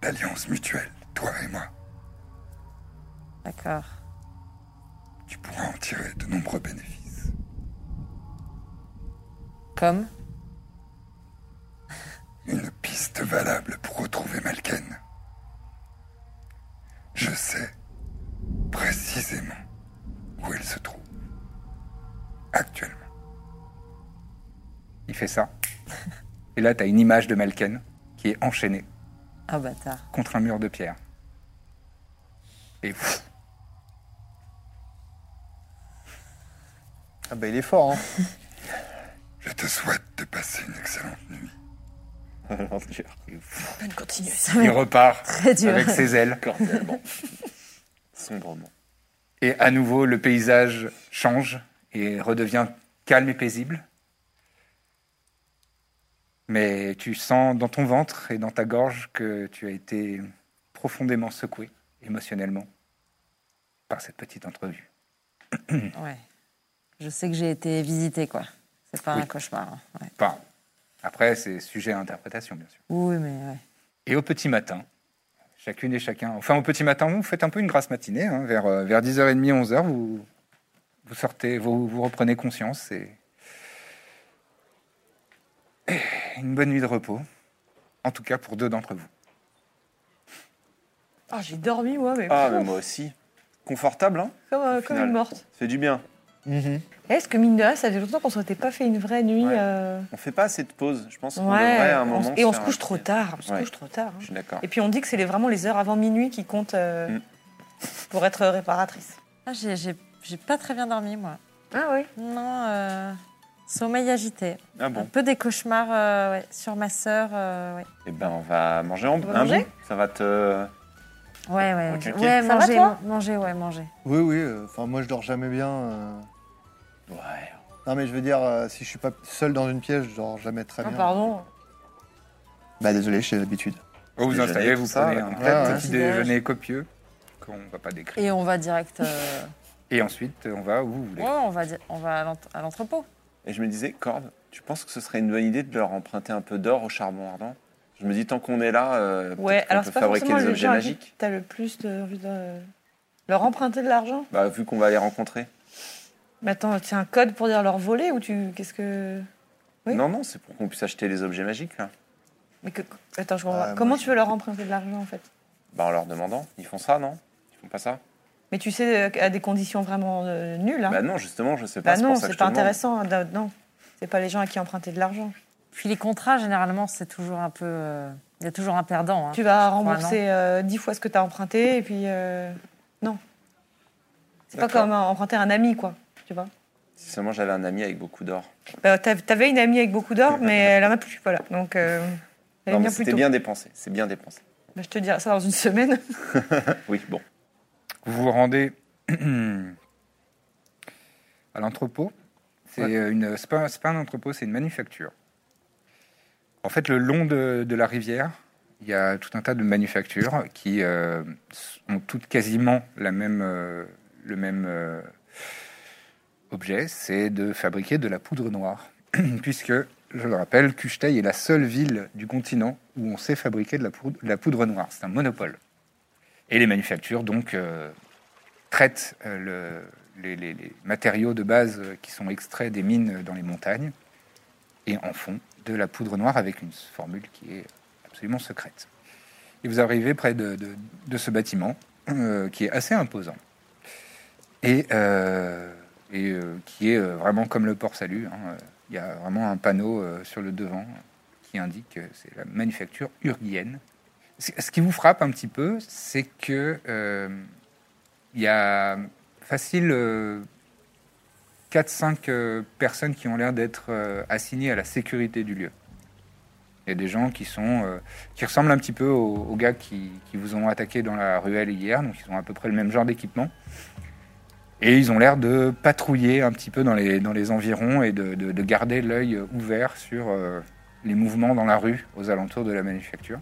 [SPEAKER 1] d'alliance mutuelle, toi et moi.
[SPEAKER 5] D'accord.
[SPEAKER 1] Tu pourras en tirer de nombreux bénéfices.
[SPEAKER 5] Comme
[SPEAKER 1] Une piste valable pour retrouver Malken. Je sais précisément où elle se trouve actuellement.
[SPEAKER 9] Il fait ça. Et là, tu as une image de Malken qui est enchaînée
[SPEAKER 5] Ah bâtard.
[SPEAKER 9] contre un mur de pierre. Et pff,
[SPEAKER 3] Ah bah il est fort, hein.
[SPEAKER 1] Je te souhaite de passer une excellente nuit.
[SPEAKER 4] Alors, dur.
[SPEAKER 6] Bonne continuation.
[SPEAKER 9] il repart
[SPEAKER 5] dur.
[SPEAKER 9] avec ses ailes.
[SPEAKER 4] Cordialement. Sombrement.
[SPEAKER 9] Et à nouveau, le paysage change et redevient calme et paisible. Mais tu sens dans ton ventre et dans ta gorge que tu as été profondément secoué émotionnellement par cette petite entrevue.
[SPEAKER 5] Ouais. Je sais que j'ai été visitée, quoi. C'est pas
[SPEAKER 9] Oui.
[SPEAKER 5] un cauchemar. hein. Ouais.
[SPEAKER 9] Enfin, après, c'est sujet à interprétation, bien sûr.
[SPEAKER 5] Oui, mais ouais.
[SPEAKER 9] Et au petit matin, chacune et chacun, enfin au petit matin, vous faites un peu une grasse matinée, hein, vers, euh, vers 10h30, 11h, vous, vous sortez, vous, vous reprenez conscience et... et Une bonne nuit de repos, en tout cas pour deux d'entre vous.
[SPEAKER 6] Ah, j'ai dormi, moi, mais,
[SPEAKER 4] Ah,
[SPEAKER 6] pff,
[SPEAKER 4] mais moi aussi. Confortable, hein
[SPEAKER 6] comme, euh,
[SPEAKER 4] au
[SPEAKER 6] comme
[SPEAKER 4] final.
[SPEAKER 6] une morte.
[SPEAKER 4] Ça fait du bien.
[SPEAKER 6] Est-ce que, mine de rien, ça faisait longtemps qu'on s'était pas fait une vraie nuit
[SPEAKER 4] Ouais.
[SPEAKER 6] euh,
[SPEAKER 4] On fait pas assez de pauses. Je pense qu'on devrait
[SPEAKER 6] ouais,
[SPEAKER 4] à un
[SPEAKER 6] on
[SPEAKER 4] moment.
[SPEAKER 6] s- Et on se
[SPEAKER 4] faire un
[SPEAKER 6] couche
[SPEAKER 4] petit-
[SPEAKER 6] trop tard. On se
[SPEAKER 4] Ouais.
[SPEAKER 6] couche trop tard. hein.
[SPEAKER 4] Je suis d'accord.
[SPEAKER 6] Et puis on dit que c'est les- vraiment les heures avant minuit qui comptent euh,
[SPEAKER 4] Mm.
[SPEAKER 6] pour être réparatrice.
[SPEAKER 5] Ah, j'ai- j'ai j'ai pas très bien dormi, moi.
[SPEAKER 6] Ah oui.
[SPEAKER 5] Non, euh, sommeil agité.
[SPEAKER 4] Ah
[SPEAKER 5] Un
[SPEAKER 4] bon
[SPEAKER 5] peu des cauchemars euh, ouais, sur ma sœur. euh, ouais.
[SPEAKER 4] Eh ben, on va manger en
[SPEAKER 6] va
[SPEAKER 4] un
[SPEAKER 6] manger
[SPEAKER 4] bout. Ça va te.
[SPEAKER 5] Ouais, ouais.
[SPEAKER 4] Ok, ok.
[SPEAKER 5] Ouais,
[SPEAKER 4] Ça va,
[SPEAKER 5] manger,
[SPEAKER 4] toi
[SPEAKER 5] manger, ouais, manger.
[SPEAKER 3] Oui, oui. euh, Enfin, moi, je dors jamais bien. euh.
[SPEAKER 4] Ouais.
[SPEAKER 3] Non, mais je veux dire, euh, si je suis pas seul dans une pièce, je dors jamais très
[SPEAKER 6] Ah,
[SPEAKER 3] bien.
[SPEAKER 6] pardon.
[SPEAKER 3] Bah, désolé, j'ai l'habitude.
[SPEAKER 1] Vous vous
[SPEAKER 4] Déjeuner,
[SPEAKER 1] installez,
[SPEAKER 4] tout
[SPEAKER 1] vous
[SPEAKER 4] ça,
[SPEAKER 1] prenez
[SPEAKER 4] la
[SPEAKER 1] un
[SPEAKER 4] complète,
[SPEAKER 1] plat,
[SPEAKER 3] ouais.
[SPEAKER 1] petit déjeuner copieux qu'on ne va pas décrire.
[SPEAKER 5] Et on va direct. euh,
[SPEAKER 1] Et ensuite, on va où vous voulez.
[SPEAKER 5] Ouais, on va, di- on va à l'ent- à l'entrepôt.
[SPEAKER 4] Et je me disais, Corbe, tu penses que ce serait une bonne idée de leur emprunter un peu d'or au charbon ardent Je me dis, tant qu'on est là, euh, peut-être
[SPEAKER 6] Ouais,
[SPEAKER 4] qu'on
[SPEAKER 6] alors
[SPEAKER 4] peut
[SPEAKER 6] c'est pas
[SPEAKER 4] fabriquer
[SPEAKER 6] forcément
[SPEAKER 4] des
[SPEAKER 6] les
[SPEAKER 4] objets
[SPEAKER 6] gens à qui
[SPEAKER 4] magiques.
[SPEAKER 6] t'as le plus de envie de leur emprunter de l'argent.
[SPEAKER 4] Bah, vu qu'on va les rencontrer.
[SPEAKER 6] Mais attends, c'est un code pour dire leur voler ou tu qu'est-ce que Oui.
[SPEAKER 4] Non, non, c'est pour qu'on puisse acheter les objets magiques, là.
[SPEAKER 6] Mais que... attends, je comprends
[SPEAKER 3] Ah,
[SPEAKER 6] pas.
[SPEAKER 4] Euh,
[SPEAKER 3] moi,
[SPEAKER 6] Comment
[SPEAKER 3] je-
[SPEAKER 6] tu veux leur emprunter de l'argent en fait
[SPEAKER 4] Bah, en leur demandant. Ils font ça, non Ils font pas ça
[SPEAKER 6] Mais tu sais euh, à des conditions vraiment euh, nulles. Hein.
[SPEAKER 4] Bah, non, justement, je sais
[SPEAKER 6] Bah
[SPEAKER 4] pas.
[SPEAKER 6] non,
[SPEAKER 4] pour ça que
[SPEAKER 6] c'est
[SPEAKER 4] je
[SPEAKER 6] pas
[SPEAKER 4] te demande.
[SPEAKER 6] intéressant. hein, d'a- non, c'est pas les gens à qui emprunter de l'argent.
[SPEAKER 5] Puis les contrats, généralement, c'est toujours un peu. euh, Il y a toujours un perdant. hein.
[SPEAKER 6] Tu vas
[SPEAKER 5] non.
[SPEAKER 6] rembourser euh, dix fois ce que t'as emprunté et puis euh, non. C'est pas
[SPEAKER 4] D'accord.
[SPEAKER 6] comme euh, emprunter un ami quoi. Tu vois.
[SPEAKER 4] Si seulement j'avais un ami avec beaucoup d'or.
[SPEAKER 6] Bah, t'av- T'avais une amie avec beaucoup d'or, mais elle en a plus, voilà. Donc, euh, elle
[SPEAKER 4] Non, mais
[SPEAKER 6] est bien plus
[SPEAKER 4] c'était
[SPEAKER 6] tôt.
[SPEAKER 4] bien dépensé. C'est bien dépensé.
[SPEAKER 6] Bah, je te dirai ça dans une semaine.
[SPEAKER 4] Oui, bon.
[SPEAKER 1] Vous vous rendez à l'entrepôt. C'est euh, une, c'est pas, c'est pas un entrepôt, c'est une manufacture. En fait, le long de, de la rivière, il y a tout un tas de manufactures qui euh, ont toutes quasiment la même, euh, le même euh, objet, c'est de fabriquer de la poudre noire. Puisque, je le rappelle, Kuchtai est la seule ville du continent où on sait fabriquer de la poudre, de la poudre noire. C'est un monopole. Et les manufactures, donc, euh, traitent euh, le- les, les- les matériaux de base euh, qui sont extraits des mines euh, dans les montagnes et en font de la poudre noire avec une formule qui est absolument secrète. Et vous arrivez près de, de- de ce bâtiment euh, qui est assez imposant et, euh, et, euh, qui est euh, vraiment comme le port salut. hein, euh, Il y a vraiment un panneau euh, sur le devant qui indique que c'est la manufacture urguienne. Ce ce qui vous frappe un petit peu, c'est que euh, il y a facile euh, 4-5 euh, personnes qui ont l'air d'être euh, assignées à la sécurité du lieu. Il y a des gens qui sont euh, qui ressemblent un petit peu aux, aux gars qui, qui vous ont attaqué dans la ruelle hier, donc ils ont à peu près le même genre d'équipement. Et ils ont l'air de patrouiller un petit peu dans les, dans les environs et de, de- de garder l'œil ouvert sur euh, les mouvements dans la rue aux alentours de la manufacture.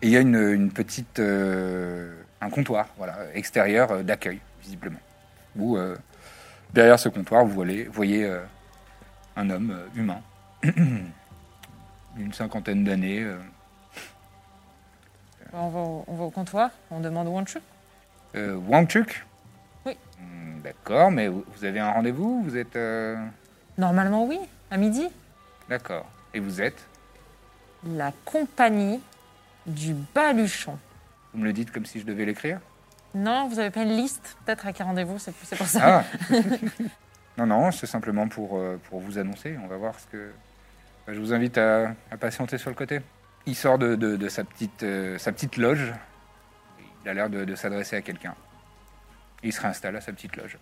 [SPEAKER 1] Et il y a une, une petite, euh, un comptoir voilà, extérieur euh, d'accueil, visiblement. Où, euh, derrière ce comptoir, vous voyez, vous voyez euh, un homme euh, humain d'une cinquantaine d'années. euh,
[SPEAKER 5] On va, au, on va au comptoir, on demande où on tue.
[SPEAKER 1] euh, Wang Chuk
[SPEAKER 5] Oui.
[SPEAKER 1] Hmm, D'accord, mais vous vous avez un rendez-vous Vous êtes. euh,
[SPEAKER 5] Normalement, oui, à midi.
[SPEAKER 1] D'accord. Et vous êtes
[SPEAKER 5] La compagnie du baluchon.
[SPEAKER 1] Vous me le dites comme si je devais l'écrire
[SPEAKER 5] Non, vous avez pas une liste Peut-être à quel rendez-vous, c'est c'est pour ça.
[SPEAKER 1] Ah Non, non, c'est simplement pour, euh, pour vous annoncer. On va voir ce que. Bah, Je vous invite à, à patienter sur le côté. Il sort de, de- de sa, petite, euh, sa petite loge. Il a l'air de, de s'adresser à quelqu'un. Il se réinstalle à sa petite loge.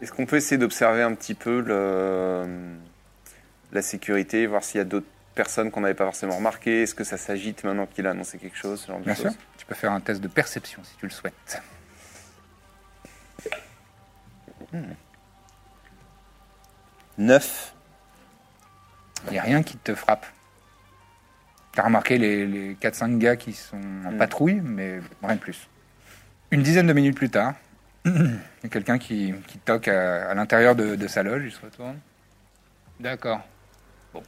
[SPEAKER 4] Est-ce qu'on peut essayer d'observer un petit peu le- la sécurité, voir s'il y a d'autres personnes qu'on n'avait pas forcément remarquées Est-ce que ça s'agite maintenant qu'il a annoncé quelque chose ce genre de
[SPEAKER 1] Bien sûr.
[SPEAKER 4] choses
[SPEAKER 1] Tu peux faire un test de perception si tu le souhaites.
[SPEAKER 4] Neuf.
[SPEAKER 1] Il n'y a rien qui te frappe. T'as remarqué les, les 4-5 gars qui sont en
[SPEAKER 4] Mm.
[SPEAKER 1] patrouille, mais rien de plus. Une dizaine de minutes plus tard, il y a quelqu'un qui, qui toque à, à l'intérieur de, de sa loge, il se retourne. D'accord. Bon.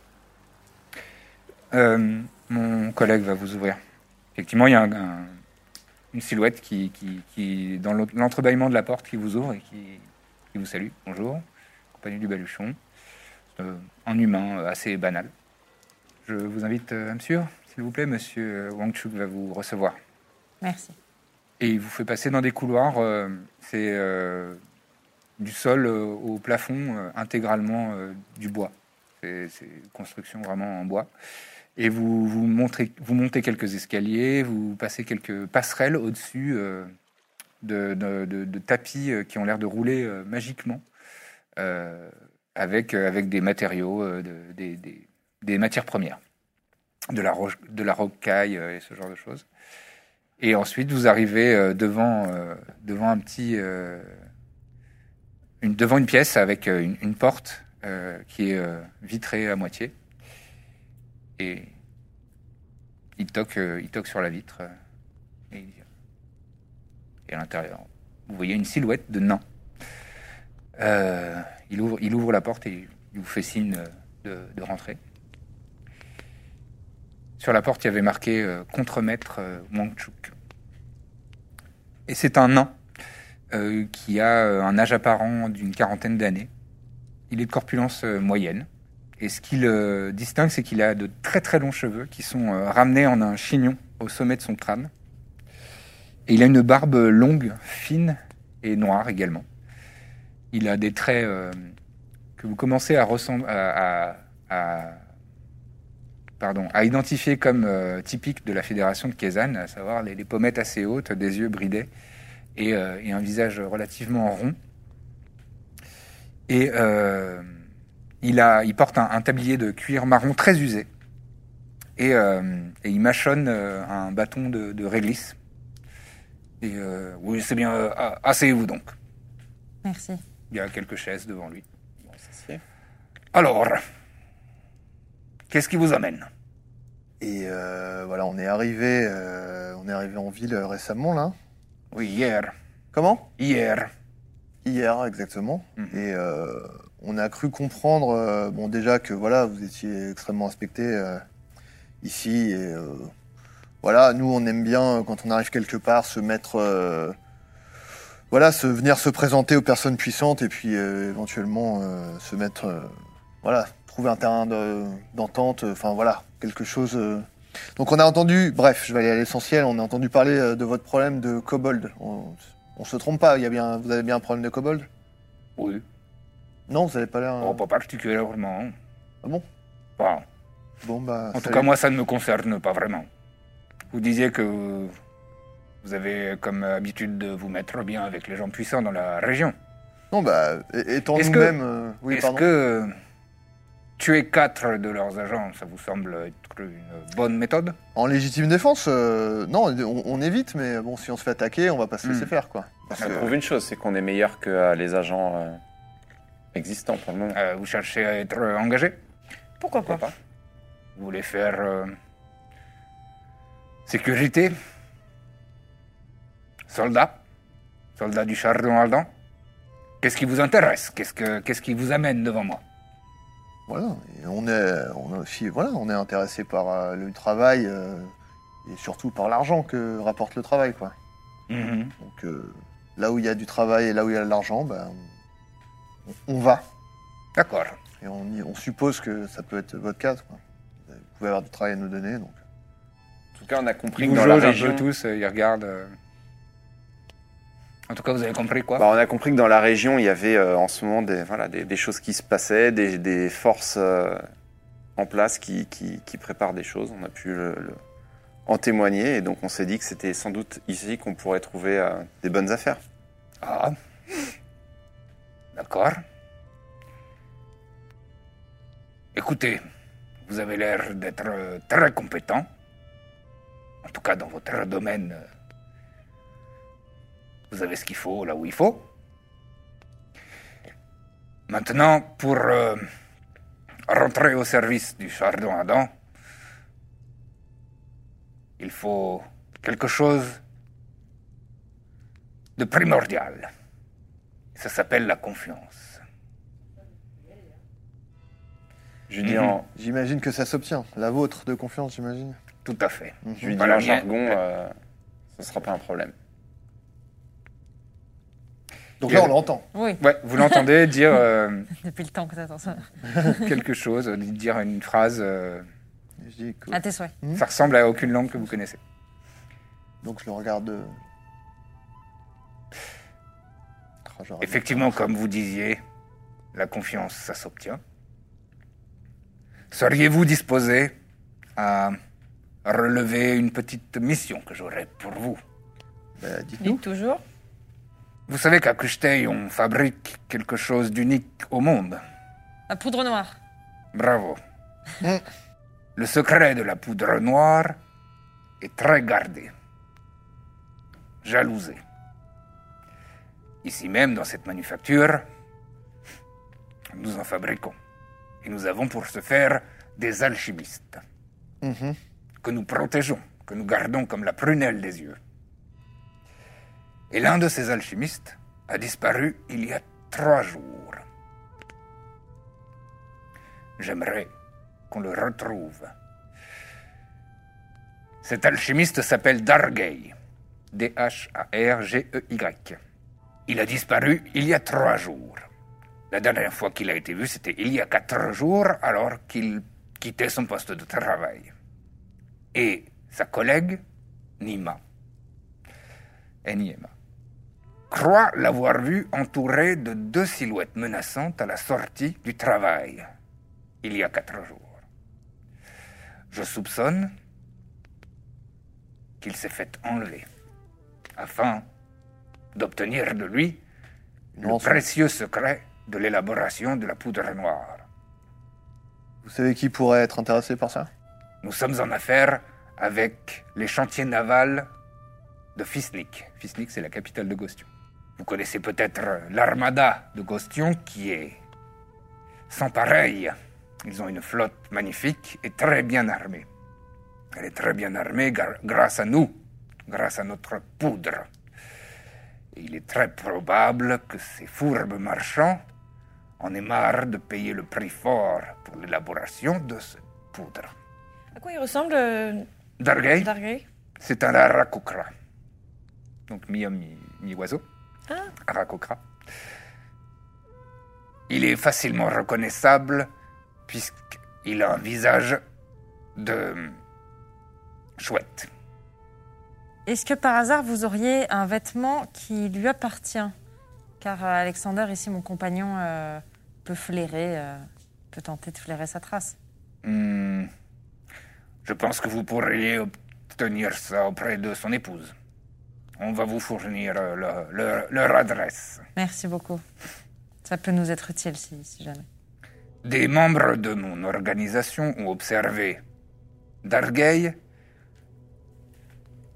[SPEAKER 1] Euh, mon collègue va vous ouvrir. Effectivement, il y a un- un- une silhouette qui, qui, qui dans l'en- l'entrebâillement de la porte, qui vous ouvre et qui, qui vous salue. Bonjour, compagnie du Baluchon. Euh, en humain euh, assez banal. Je vous invite euh, à me suivre, s'il vous plaît. Monsieur euh, Wang Chuk va vous recevoir.
[SPEAKER 5] Merci.
[SPEAKER 1] Et il vous fait passer dans des couloirs. euh, c'est euh, du sol euh, au plafond, euh, intégralement euh, du bois. C'est c'est une construction vraiment en bois. Et vous, vous, montrez- vous montez quelques escaliers, vous passez quelques passerelles au-dessus euh, de, de- de- de tapis euh, qui ont l'air de rouler euh, magiquement, euh, avec, euh, avec des matériaux, euh, de- des, des- des matières premières, de la, roche, de la rocaille euh, et ce genre de choses. Et ensuite, vous arrivez euh, devant, euh, devant un petit. euh, une, devant une pièce avec euh, une, une porte euh, qui est euh, vitrée à moitié. Et il toque, euh, il toque sur la vitre. euh, et, il dit- et à l'intérieur, vous voyez une silhouette de nain. Euh, il, ouvre, il ouvre la porte et il vous fait signe euh, de, de rentrer. Sur la porte, il y avait marqué euh, Contremaître euh, Wangchuk. Et c'est un nain euh, qui a euh, un âge apparent d'une quarantaine d'années. Il est de corpulence euh, moyenne. Et ce qu'il euh, distingue, c'est qu'il a de très très longs cheveux qui sont euh, ramenés en un chignon au sommet de son crâne. Et il a une barbe longue, fine et noire également. Il a des traits euh, que vous commencez à, ressembler, à, à- à- pardon, à identifier comme euh, typiques de la fédération de Kezan, à savoir les, les pommettes assez hautes, des yeux bridés et, euh, et un visage relativement rond. Et euh, il, a, il porte un, un tablier de cuir marron très usé. Et, euh, et il mâchonne euh, un bâton de, de réglisse. Et euh, oui, c'est bien, euh, a- asseyez-vous donc.
[SPEAKER 5] Merci.
[SPEAKER 1] Il y a quelques chaises devant lui. Alors, qu'est-ce qui vous amène
[SPEAKER 3] Et euh, voilà, on est arrivé, euh, on est arrivé en ville euh, récemment là.
[SPEAKER 1] Oui, hier.
[SPEAKER 3] Comment
[SPEAKER 1] Hier.
[SPEAKER 3] Hier, exactement. Et euh, on a cru comprendre, euh, bon déjà que voilà, vous étiez extrêmement respecté euh, ici. Et euh, voilà, nous on aime bien euh, quand on arrive quelque part se mettre, euh, voilà, se venir se présenter aux personnes puissantes et puis euh, éventuellement euh, se mettre, euh, voilà, trouver un terrain de- d'entente. euh, Enfin voilà, quelque chose. euh. Donc on a entendu, bref, je vais aller à l'essentiel. On a entendu parler euh, de votre problème de kobold. On, on se trompe pas, il y a bien, vous avez bien un problème de kobold
[SPEAKER 1] Oui.
[SPEAKER 3] Non, vous n'avez pas l'air. euh,
[SPEAKER 1] Oh, pas particulièrement.
[SPEAKER 3] Ah bon
[SPEAKER 1] Bon.
[SPEAKER 3] Bon bah.
[SPEAKER 1] En tout
[SPEAKER 3] salut.
[SPEAKER 1] cas, moi, ça ne me concerne pas vraiment. Vous disiez que vous avez comme habitude de vous mettre bien avec les gens puissants dans la région.
[SPEAKER 3] Non bah, é- étant
[SPEAKER 1] Est-ce que-
[SPEAKER 3] nous-mêmes. euh, Oui,
[SPEAKER 1] Est-ce
[SPEAKER 3] pardon.
[SPEAKER 1] que tuer quatre de leurs agents, ça vous semble être une bonne méthode
[SPEAKER 3] En légitime défense, euh, non, on, on évite, mais bon, si on se fait attaquer, on va pas se
[SPEAKER 1] Hmm.
[SPEAKER 3] laisser faire quoi.
[SPEAKER 4] Ça prouve une chose, c'est qu'on est meilleur que euh, les agents euh, existants pour le moment.
[SPEAKER 1] Euh, Vous cherchez à être engagé
[SPEAKER 6] Pourquoi pas
[SPEAKER 1] Vous voulez faire euh, sécurité Soldat Soldat du chardon ardent Qu'est-ce qui vous intéresse Qu'est-ce que- qu'est-ce qui vous amène devant moi
[SPEAKER 3] Voilà, et on est, on est aussi, voilà, on est intéressé par euh, le travail euh, et surtout par l'argent que rapporte le travail quoi.
[SPEAKER 1] Mhm.
[SPEAKER 3] Donc euh, là où il y a du travail et là où il y a de l'argent, bah, on, on va.
[SPEAKER 1] D'accord.
[SPEAKER 3] Et on, y- on suppose que ça peut être votre cas. Quoi. Vous pouvez avoir du travail à nous donner, donc.
[SPEAKER 4] En tout cas, on a compris
[SPEAKER 1] Ils
[SPEAKER 4] que
[SPEAKER 1] vous
[SPEAKER 4] dans la
[SPEAKER 1] jaugent un
[SPEAKER 4] région.
[SPEAKER 1] peu tous, euh, ils regardent. euh. En tout cas, vous avez compris quoi
[SPEAKER 4] Bah, on a compris que dans la région, il y avait euh, en ce moment des, voilà, des, des choses qui se passaient, des, des forces euh, en place qui, qui, qui préparent des choses. On a pu le- le- en témoigner et donc on s'est dit que c'était sans doute ici qu'on pourrait trouver euh, des bonnes affaires.
[SPEAKER 1] Ah. D'accord. Écoutez, vous avez l'air d'être euh, très compétent. En tout cas, dans votre domaine, euh, vous avez ce qu'il faut là où il faut. Maintenant, pour euh, rentrer au service du chardon Adam, il faut quelque chose de primordial. Ça s'appelle la confiance.
[SPEAKER 4] Je lui dis en,
[SPEAKER 3] J'imagine que ça s'obtient. La vôtre de confiance, j'imagine.
[SPEAKER 1] Tout à fait.
[SPEAKER 4] je lui dis
[SPEAKER 1] Voilà,
[SPEAKER 4] en
[SPEAKER 1] bien.
[SPEAKER 4] jargon, euh, ce ne sera pas un problème.
[SPEAKER 3] Donc
[SPEAKER 1] Et-
[SPEAKER 3] là, on l'entend.
[SPEAKER 5] Oui,
[SPEAKER 1] Ouais, vous l'entendez dire euh,
[SPEAKER 5] depuis le temps que t'attends ça.
[SPEAKER 1] quelque chose, euh, dire une phrase. euh,
[SPEAKER 3] Je dis que-
[SPEAKER 5] À tes souhaits.
[SPEAKER 1] ça ressemble à aucune langue que vous connaissez.
[SPEAKER 3] Donc je le regarde. euh, Ah, j'aurais-
[SPEAKER 1] Effectivement, comme vous disiez, la confiance, ça s'obtient. Seriez-vous disposé à relever une petite mission que j'aurais pour vous
[SPEAKER 3] Bah, dites-nous.
[SPEAKER 6] Dites toujours.
[SPEAKER 1] Vous savez qu'à Kuchtei, on fabrique quelque chose d'unique au monde.
[SPEAKER 5] La poudre noire.
[SPEAKER 1] Bravo.
[SPEAKER 3] Hein
[SPEAKER 1] Le secret de la poudre noire est très gardé. jalousé. Ici même, dans cette manufacture, nous en fabriquons. Et nous avons pour ce faire des alchimistes
[SPEAKER 3] Mhm.
[SPEAKER 1] que nous protégeons, que nous gardons comme la prunelle des yeux. Et l'un de ces alchimistes a disparu il y a trois jours. J'aimerais qu'on le retrouve. Cet alchimiste s'appelle Dargey. D-H-A-R-G-E-Y. E Il a disparu il y a trois jours. La dernière fois qu'il a été vu, c'était il y a quatre jours, alors qu'il quittait son poste de travail. Et sa collègue, Nima, Nima, croit l'avoir vu entouré de deux silhouettes menaçantes à la sortie du travail, il y a quatre jours. Je soupçonne qu'il s'est fait enlever afin d'obtenir de lui le précieux secret de l'élaboration de la poudre noire.
[SPEAKER 3] Vous savez qui pourrait être intéressé par ça
[SPEAKER 1] Nous sommes en affaire avec les chantiers navals de Fisnik. Fisnik, c'est la capitale de Gostion. Vous connaissez peut-être l'armada de Gostion qui est sans pareil. Ils ont une flotte magnifique et très bien armée. Elle est très bien armée gar- grâce à nous, grâce à notre poudre. Et il est très probable que ces fourbes marchands en aient marre de payer le prix fort pour l'élaboration de cette poudre.
[SPEAKER 6] À quoi il ressemble euh,
[SPEAKER 1] Dargay,
[SPEAKER 6] Dargay
[SPEAKER 1] c'est un aracocra. Donc mi-homme, mi- mi-oiseau.
[SPEAKER 6] Ah.
[SPEAKER 1] Aracocra. Il est facilement reconnaissable puisqu'il a un visage de hum, chouette.
[SPEAKER 5] Est-ce que par hasard vous auriez un vêtement qui lui appartient Car euh, Alexander, ici mon compagnon, euh, peut flairer, euh, peut tenter de flairer sa trace.
[SPEAKER 1] Hmm. Je pense que vous pourriez obtenir ça auprès de son épouse. On va vous fournir euh, leur- leur- leur adresse.
[SPEAKER 5] Merci beaucoup. Ça peut nous être utile si, si jamais.
[SPEAKER 1] Des membres de mon organisation ont observé Dargay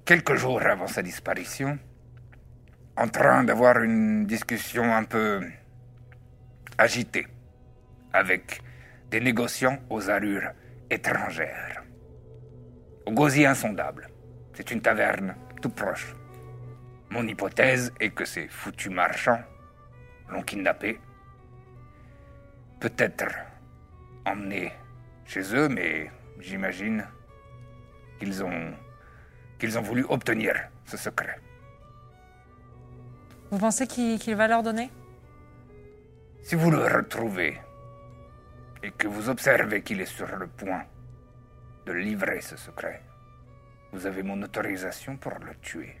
[SPEAKER 1] quelques jours avant sa disparition en train d'avoir une discussion un peu agitée avec des négociants aux allures étrangères. Au gosier insondable. C'est une taverne tout proche. Mon hypothèse est que ces foutus marchands l'ont kidnappé peut-être emmené chez eux, mais j'imagine qu'ils ont qu'ils ont voulu obtenir ce secret.
[SPEAKER 5] Vous pensez qu'il qu'il va leur donner
[SPEAKER 1] Si vous le retrouvez et que vous observez qu'il est sur le point de livrer ce secret, vous avez mon autorisation pour le tuer.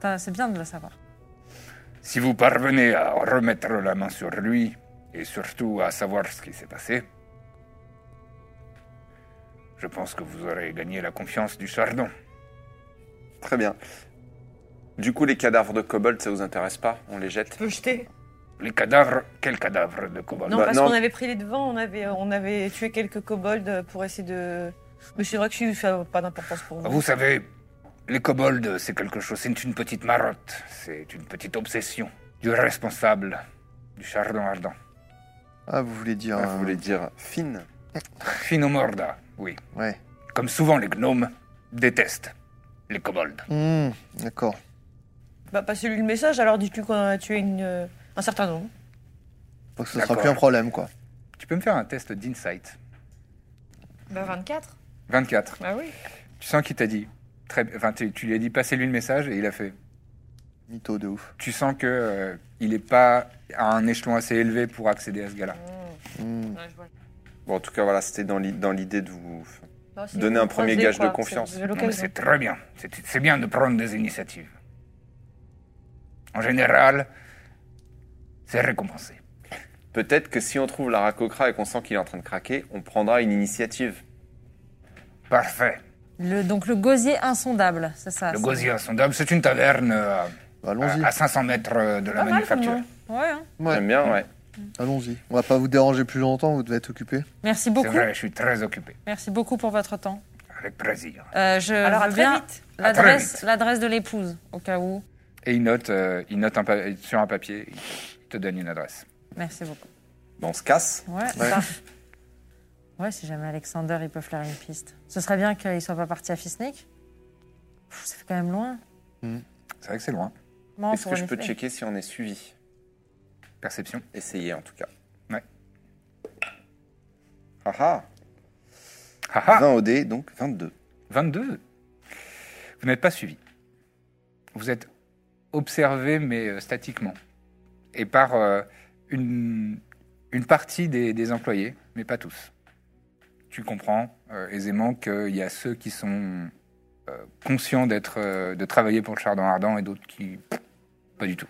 [SPEAKER 5] Ça, C'est bien de le savoir.
[SPEAKER 1] Si vous parvenez à remettre la main sur lui et surtout à savoir ce qui s'est passé, je pense que vous aurez gagné la confiance du chardon.
[SPEAKER 4] Très bien. Du coup, les cadavres de kobold, ça vous intéresse pas On les jette
[SPEAKER 6] Je peux le jeter.
[SPEAKER 1] Les cadavres, quel cadavre de kobold
[SPEAKER 4] Bah,
[SPEAKER 6] Non, parce qu'on avait pris les devants, on avait, euh, on avait tué quelques kobolds euh, pour essayer de. Mais c'est vrai que si ça n'a pas d'importance
[SPEAKER 4] Ah,
[SPEAKER 6] pour vous.
[SPEAKER 1] Vous savez, les kobolds, c'est quelque chose, c'est une petite marotte, c'est une petite obsession du responsable du chardon ardent.
[SPEAKER 3] Ah, vous voulez dire.
[SPEAKER 4] Ah, Vous
[SPEAKER 3] euh,
[SPEAKER 4] voulez dire fine
[SPEAKER 1] Finomorda, oui.
[SPEAKER 3] Ouais.
[SPEAKER 1] Comme souvent, les gnomes détestent les kobolds.
[SPEAKER 6] Mm.
[SPEAKER 3] Hmm, D'accord.
[SPEAKER 6] Bah, passez-lui le message, alors dites-lui qu'on a tué une, euh, un certain nombre.
[SPEAKER 3] Faut que ce sera
[SPEAKER 1] D'accord.
[SPEAKER 3] plus un problème, quoi.
[SPEAKER 1] Tu peux me faire un test d'insight
[SPEAKER 6] Bah, 24.
[SPEAKER 1] 24.
[SPEAKER 6] Bah oui.
[SPEAKER 1] Tu sens qu'il t'a dit. Très, enfin, tu, tu lui as dit passez-lui le message et il a fait.
[SPEAKER 3] Mytho de ouf.
[SPEAKER 1] Tu sens que euh, il est pas à un échelon assez élevé pour accéder à ce gars-là.
[SPEAKER 3] Hmm.
[SPEAKER 6] Ouais, je vois.
[SPEAKER 4] Bon, en tout cas, voilà, c'était dans l'i- dans l'idée de vous.
[SPEAKER 6] Bah, si
[SPEAKER 4] Donner
[SPEAKER 6] vous
[SPEAKER 4] un premier
[SPEAKER 6] croisez,
[SPEAKER 4] gage
[SPEAKER 6] quoi,
[SPEAKER 4] de confiance.
[SPEAKER 6] c'est- vous avez
[SPEAKER 1] Non, mais
[SPEAKER 6] l'occasion.
[SPEAKER 1] C'est très bien. C'est c'est bien de prendre des initiatives. En général, c'est récompensé.
[SPEAKER 4] Peut-être que si on trouve la racocra et qu'on sent qu'il est en train de craquer, on prendra une initiative.
[SPEAKER 1] Parfait.
[SPEAKER 5] Le, donc le gosier insondable, c'est
[SPEAKER 6] Ah,
[SPEAKER 5] ça
[SPEAKER 1] Le
[SPEAKER 5] c'est-
[SPEAKER 1] gosier insondable, c'est une taverne euh,
[SPEAKER 3] Bah, Allons-y.
[SPEAKER 1] à, à 500 mètres euh, de la
[SPEAKER 6] Pas mal, comme
[SPEAKER 1] manufacture.
[SPEAKER 6] nom.
[SPEAKER 5] Ouais, hein.
[SPEAKER 3] Ouais.
[SPEAKER 4] J'aime bien, ouais.
[SPEAKER 3] Allons-y. On va pas vous déranger plus longtemps, vous devez être occupé.
[SPEAKER 5] Merci
[SPEAKER 1] C'est
[SPEAKER 5] beaucoup.
[SPEAKER 1] vrai, je suis très occupé.
[SPEAKER 5] Merci beaucoup pour votre temps.
[SPEAKER 1] Avec plaisir.
[SPEAKER 5] Euh, je
[SPEAKER 6] Alors, à
[SPEAKER 5] veux
[SPEAKER 6] très
[SPEAKER 5] bien
[SPEAKER 6] vite.
[SPEAKER 1] À très
[SPEAKER 5] l'adresse
[SPEAKER 1] vite.
[SPEAKER 5] l'adresse de l'épouse, au cas où.
[SPEAKER 1] Et il note, euh, il note un pa- sur un papier, il te donne une adresse.
[SPEAKER 5] Merci beaucoup.
[SPEAKER 4] Bon, on se casse.
[SPEAKER 5] Ouais, ça. Ouais, si jamais Alexander, il peut faire une piste. Ce serait bien qu'il soit pas parti à Fisnik. Pff, Ça fait quand même loin.
[SPEAKER 1] C'est vrai que c'est loin.
[SPEAKER 5] Comment
[SPEAKER 4] Est-ce
[SPEAKER 5] pour
[SPEAKER 4] que je
[SPEAKER 5] les
[SPEAKER 4] peux
[SPEAKER 5] faire
[SPEAKER 4] checker si on est suivi
[SPEAKER 1] Perception.
[SPEAKER 4] Essayez en tout cas.
[SPEAKER 1] Ouais.
[SPEAKER 4] Haha,
[SPEAKER 1] Ah ah
[SPEAKER 4] 20 au dé, donc 22.
[SPEAKER 1] 22. Vous n'êtes pas suivi. Vous êtes observé, mais euh, statiquement. Et par euh, une, une partie des, des employés, mais pas tous. Tu comprends euh, aisément qu'il y a ceux qui sont euh, conscients d'être, euh, de travailler pour le Chardon Ardent et d'autres qui. pff, pas du tout.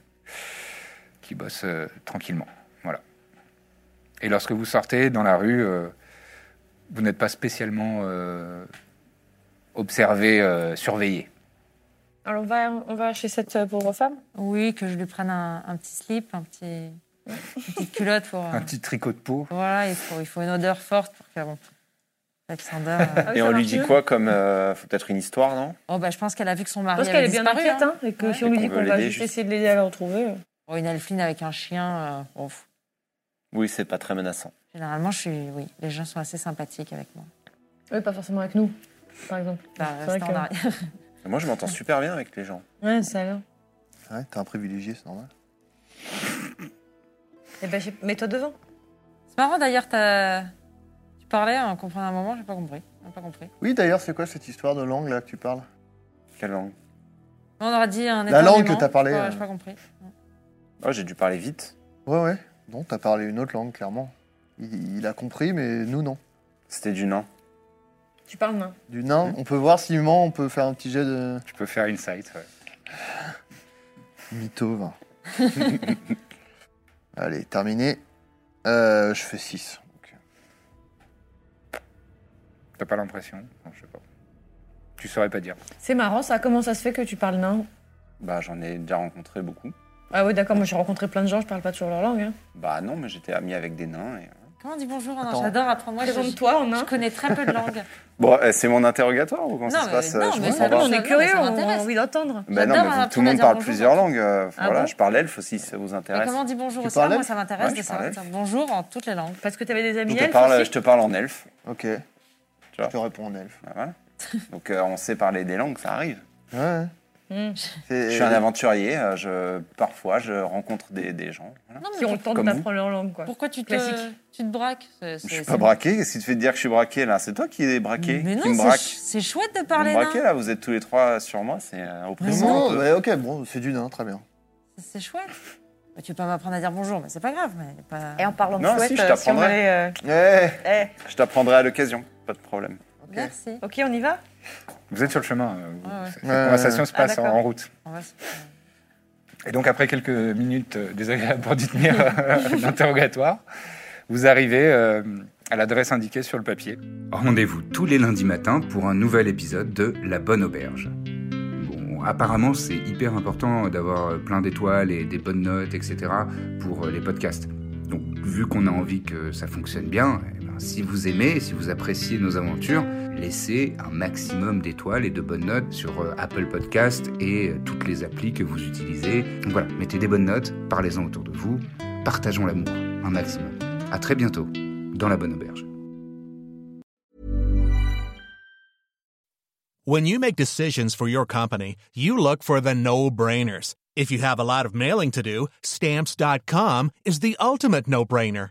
[SPEAKER 1] Qui bossent euh, tranquillement. Voilà. Et lorsque vous sortez dans la rue, euh, vous n'êtes pas spécialement. euh, observer, euh, surveiller.
[SPEAKER 6] Alors on va, on va chez cette euh, pauvre femme.
[SPEAKER 5] Oui, que je lui prenne un, un petit slip, un petit, une petite culotte pour. euh,
[SPEAKER 1] Un petit tricot de peau.
[SPEAKER 5] Voilà, il faut, il faut une odeur forte pour que. Bon, Alexander. euh,
[SPEAKER 4] Et on lui dit quoi comme. euh, faut peut-être une histoire, non
[SPEAKER 5] Oh, bah, je pense qu'elle a vu que son mari.
[SPEAKER 6] Parce qu'elle
[SPEAKER 5] avait
[SPEAKER 6] est bien
[SPEAKER 5] disparu,
[SPEAKER 6] inquiète,
[SPEAKER 5] hein.
[SPEAKER 6] hein, et que
[SPEAKER 5] Ouais.
[SPEAKER 6] si on lui
[SPEAKER 4] Et
[SPEAKER 6] dit
[SPEAKER 4] qu'on
[SPEAKER 6] qu'on
[SPEAKER 4] veut
[SPEAKER 6] va
[SPEAKER 4] l'aider,
[SPEAKER 6] juste
[SPEAKER 4] juste.
[SPEAKER 6] essayer de l'aider à la retrouver. euh,
[SPEAKER 5] Oh, une alphine avec un chien. euh, bon, pff,
[SPEAKER 4] Oui, c'est pas très menaçant.
[SPEAKER 5] généralement, je suis. Oui, les gens sont assez sympathiques avec moi.
[SPEAKER 6] Oui, pas forcément avec nous, par exemple.
[SPEAKER 5] Bah,
[SPEAKER 6] C'est vrai
[SPEAKER 5] restez en
[SPEAKER 6] que-
[SPEAKER 5] arrière.
[SPEAKER 4] Et moi, je m'entends super bien avec les gens.
[SPEAKER 6] Ouais, ça a l'air.
[SPEAKER 3] Ouais, t'es un privilégié, c'est normal.
[SPEAKER 6] Eh ben, j'ai- mets-toi devant.
[SPEAKER 5] C'est marrant d'ailleurs, t'as- tu parlais, on comprenait un moment, j'ai pas compris. On a pas compris.
[SPEAKER 3] Oui, d'ailleurs, c'est quoi cette histoire de langue là que tu parles
[SPEAKER 4] Quelle langue
[SPEAKER 5] On aurait dit un
[SPEAKER 3] La langue
[SPEAKER 5] éternuement,
[SPEAKER 3] que t'as parlé,
[SPEAKER 5] j'ai pas-
[SPEAKER 3] euh.
[SPEAKER 5] J'ai pas compris.
[SPEAKER 4] Oh, j'ai dû parler vite.
[SPEAKER 3] Ouais, ouais. Non, t'as parlé une autre langue, clairement. Il, il a compris, mais nous, non.
[SPEAKER 4] C'était du nain.
[SPEAKER 6] Tu parles nain.
[SPEAKER 3] Du nain, on peut voir s'il ment, on peut faire un petit jet de.
[SPEAKER 1] Tu peux faire une site.
[SPEAKER 3] Mytho, va. hein. Allez, terminé. Euh, je fais 6.
[SPEAKER 1] T'as pas l'impression Non, Je sais pas. Tu saurais pas dire.
[SPEAKER 6] C'est marrant, ça. Comment ça se fait que tu parles nain
[SPEAKER 4] Bah, j'en ai déjà rencontré beaucoup.
[SPEAKER 6] Ah oui, d'accord, moi j'ai rencontré plein de gens, je parle pas toujours leur langue. Hein.
[SPEAKER 4] Bah, non, mais j'étais ami avec des nains. et-
[SPEAKER 5] Comment on dit bonjour en
[SPEAKER 3] Attends.
[SPEAKER 5] nain J'adore apprendre. Moi, je,
[SPEAKER 6] Présente-toi hein. en nain.
[SPEAKER 5] je connais très peu de langues.
[SPEAKER 4] Bon, euh, c'est mon interrogatoire ou comment
[SPEAKER 5] Non,
[SPEAKER 4] ça se
[SPEAKER 5] mais-
[SPEAKER 4] passe Euh,
[SPEAKER 5] non,
[SPEAKER 4] Je
[SPEAKER 5] mais
[SPEAKER 4] comprends
[SPEAKER 5] ça
[SPEAKER 4] pas.
[SPEAKER 5] va,
[SPEAKER 6] on
[SPEAKER 5] non,
[SPEAKER 6] est
[SPEAKER 5] mais
[SPEAKER 6] curieux,
[SPEAKER 5] ça
[SPEAKER 6] on
[SPEAKER 5] m'intéresse.
[SPEAKER 6] a envie d'entendre.
[SPEAKER 4] Bah
[SPEAKER 5] J'adore
[SPEAKER 4] non, mais vous- tout le
[SPEAKER 5] apprendre à
[SPEAKER 4] monde
[SPEAKER 5] dire
[SPEAKER 4] parle
[SPEAKER 5] bonjour.
[SPEAKER 4] plusieurs langues. euh,
[SPEAKER 6] Ah
[SPEAKER 4] voilà,
[SPEAKER 6] bon
[SPEAKER 4] je parle elfe aussi, si ça vous
[SPEAKER 5] Et
[SPEAKER 4] intéresse.
[SPEAKER 5] comment on dit bonjour
[SPEAKER 3] Tu
[SPEAKER 5] aussi Ah, Moi,
[SPEAKER 3] parlais
[SPEAKER 5] ça m'intéresse
[SPEAKER 4] Ouais,
[SPEAKER 5] de
[SPEAKER 4] je parlais.
[SPEAKER 5] savoir dire bonjour en toutes les langues.
[SPEAKER 6] Parce que t'avais des amis
[SPEAKER 4] Je te,
[SPEAKER 6] elfes
[SPEAKER 4] parle,
[SPEAKER 6] aussi
[SPEAKER 4] je te parle en elfe.
[SPEAKER 3] Ok.
[SPEAKER 4] Tu vois.
[SPEAKER 3] Je te réponds en elfe.
[SPEAKER 4] Ah, voilà. Donc euh, on sait parler des langues, ça arrive.
[SPEAKER 3] Ouais, Ouais.
[SPEAKER 6] Hmm.
[SPEAKER 3] C'est-
[SPEAKER 4] Je suis un aventurier, euh, je, parfois je rencontre des, des gens. voilà.
[SPEAKER 5] Non, mais
[SPEAKER 6] qui ont le temps de
[SPEAKER 4] Comme vous.
[SPEAKER 6] t'apprendre leur langue, quoi.
[SPEAKER 5] pourquoi tu te,
[SPEAKER 6] Classique.
[SPEAKER 5] tu te braques C'est-
[SPEAKER 4] Je
[SPEAKER 5] c'est-
[SPEAKER 4] suis
[SPEAKER 5] c'est-
[SPEAKER 4] pas braqué, qu'est-ce qui te fait dire que je suis braqué là C'est toi qui es braqué,
[SPEAKER 5] Mais
[SPEAKER 4] qui
[SPEAKER 5] non,
[SPEAKER 4] me
[SPEAKER 5] c'est
[SPEAKER 4] braque.
[SPEAKER 5] ch- c'est chouette de
[SPEAKER 4] Vous
[SPEAKER 5] parler
[SPEAKER 4] me braquez
[SPEAKER 5] nain.
[SPEAKER 4] là, vous êtes tous les trois sur moi, c'est euh,
[SPEAKER 3] Non,
[SPEAKER 4] oppressant. un peu.
[SPEAKER 3] ouais, ok, bon, c'est du nain, très bien.
[SPEAKER 5] C'est chouette. Bah, tu peux pas m'apprendre à dire bonjour, mais c'est pas grave. Mais pas...
[SPEAKER 2] Et en parlant
[SPEAKER 4] Non,
[SPEAKER 2] de
[SPEAKER 4] si,
[SPEAKER 2] chouette,
[SPEAKER 4] je
[SPEAKER 2] euh, si on
[SPEAKER 4] t'apprendrai.
[SPEAKER 2] allait, euh,
[SPEAKER 3] Eh
[SPEAKER 4] Je t'apprendrai à l'occasion, pas de problème.
[SPEAKER 5] Merci.
[SPEAKER 6] Ok, on y va
[SPEAKER 1] Vous êtes sur le chemin. euh, vous-
[SPEAKER 5] Ouais, ouais.
[SPEAKER 1] Cette
[SPEAKER 3] Ouais,
[SPEAKER 1] conversation se
[SPEAKER 5] Ah,
[SPEAKER 1] passe en,
[SPEAKER 5] d'accord.
[SPEAKER 1] en route.
[SPEAKER 5] On va se-
[SPEAKER 1] Et donc, après quelques minutes euh, désagréables pour détenir euh, l'interrogatoire, vous arrivez euh, à l'adresse indiquée sur le papier. Rendez-vous tous les lundis matins pour un nouvel épisode de La Bonne Auberge. Bon, apparemment, c'est hyper important d'avoir euh, plein d'étoiles et des bonnes notes, etc., pour euh, les podcasts. Donc, vu qu'on a envie que ça fonctionne bien, eh ben, si vous aimez, si vous appréciez nos aventures, laissez un maximum d'étoiles et de bonnes notes sur euh, Apple Podcast et euh, toutes les applis que vous utilisez. Donc voilà, mettez des bonnes notes, parlez-en autour de vous, partageons l'amour un maximum. À très bientôt dans la bonne auberge.
[SPEAKER 10] When you make decisions for your company, you look for the no brainers. If you have a lot of mailing to do, stamps.com is the ultimate no brainer.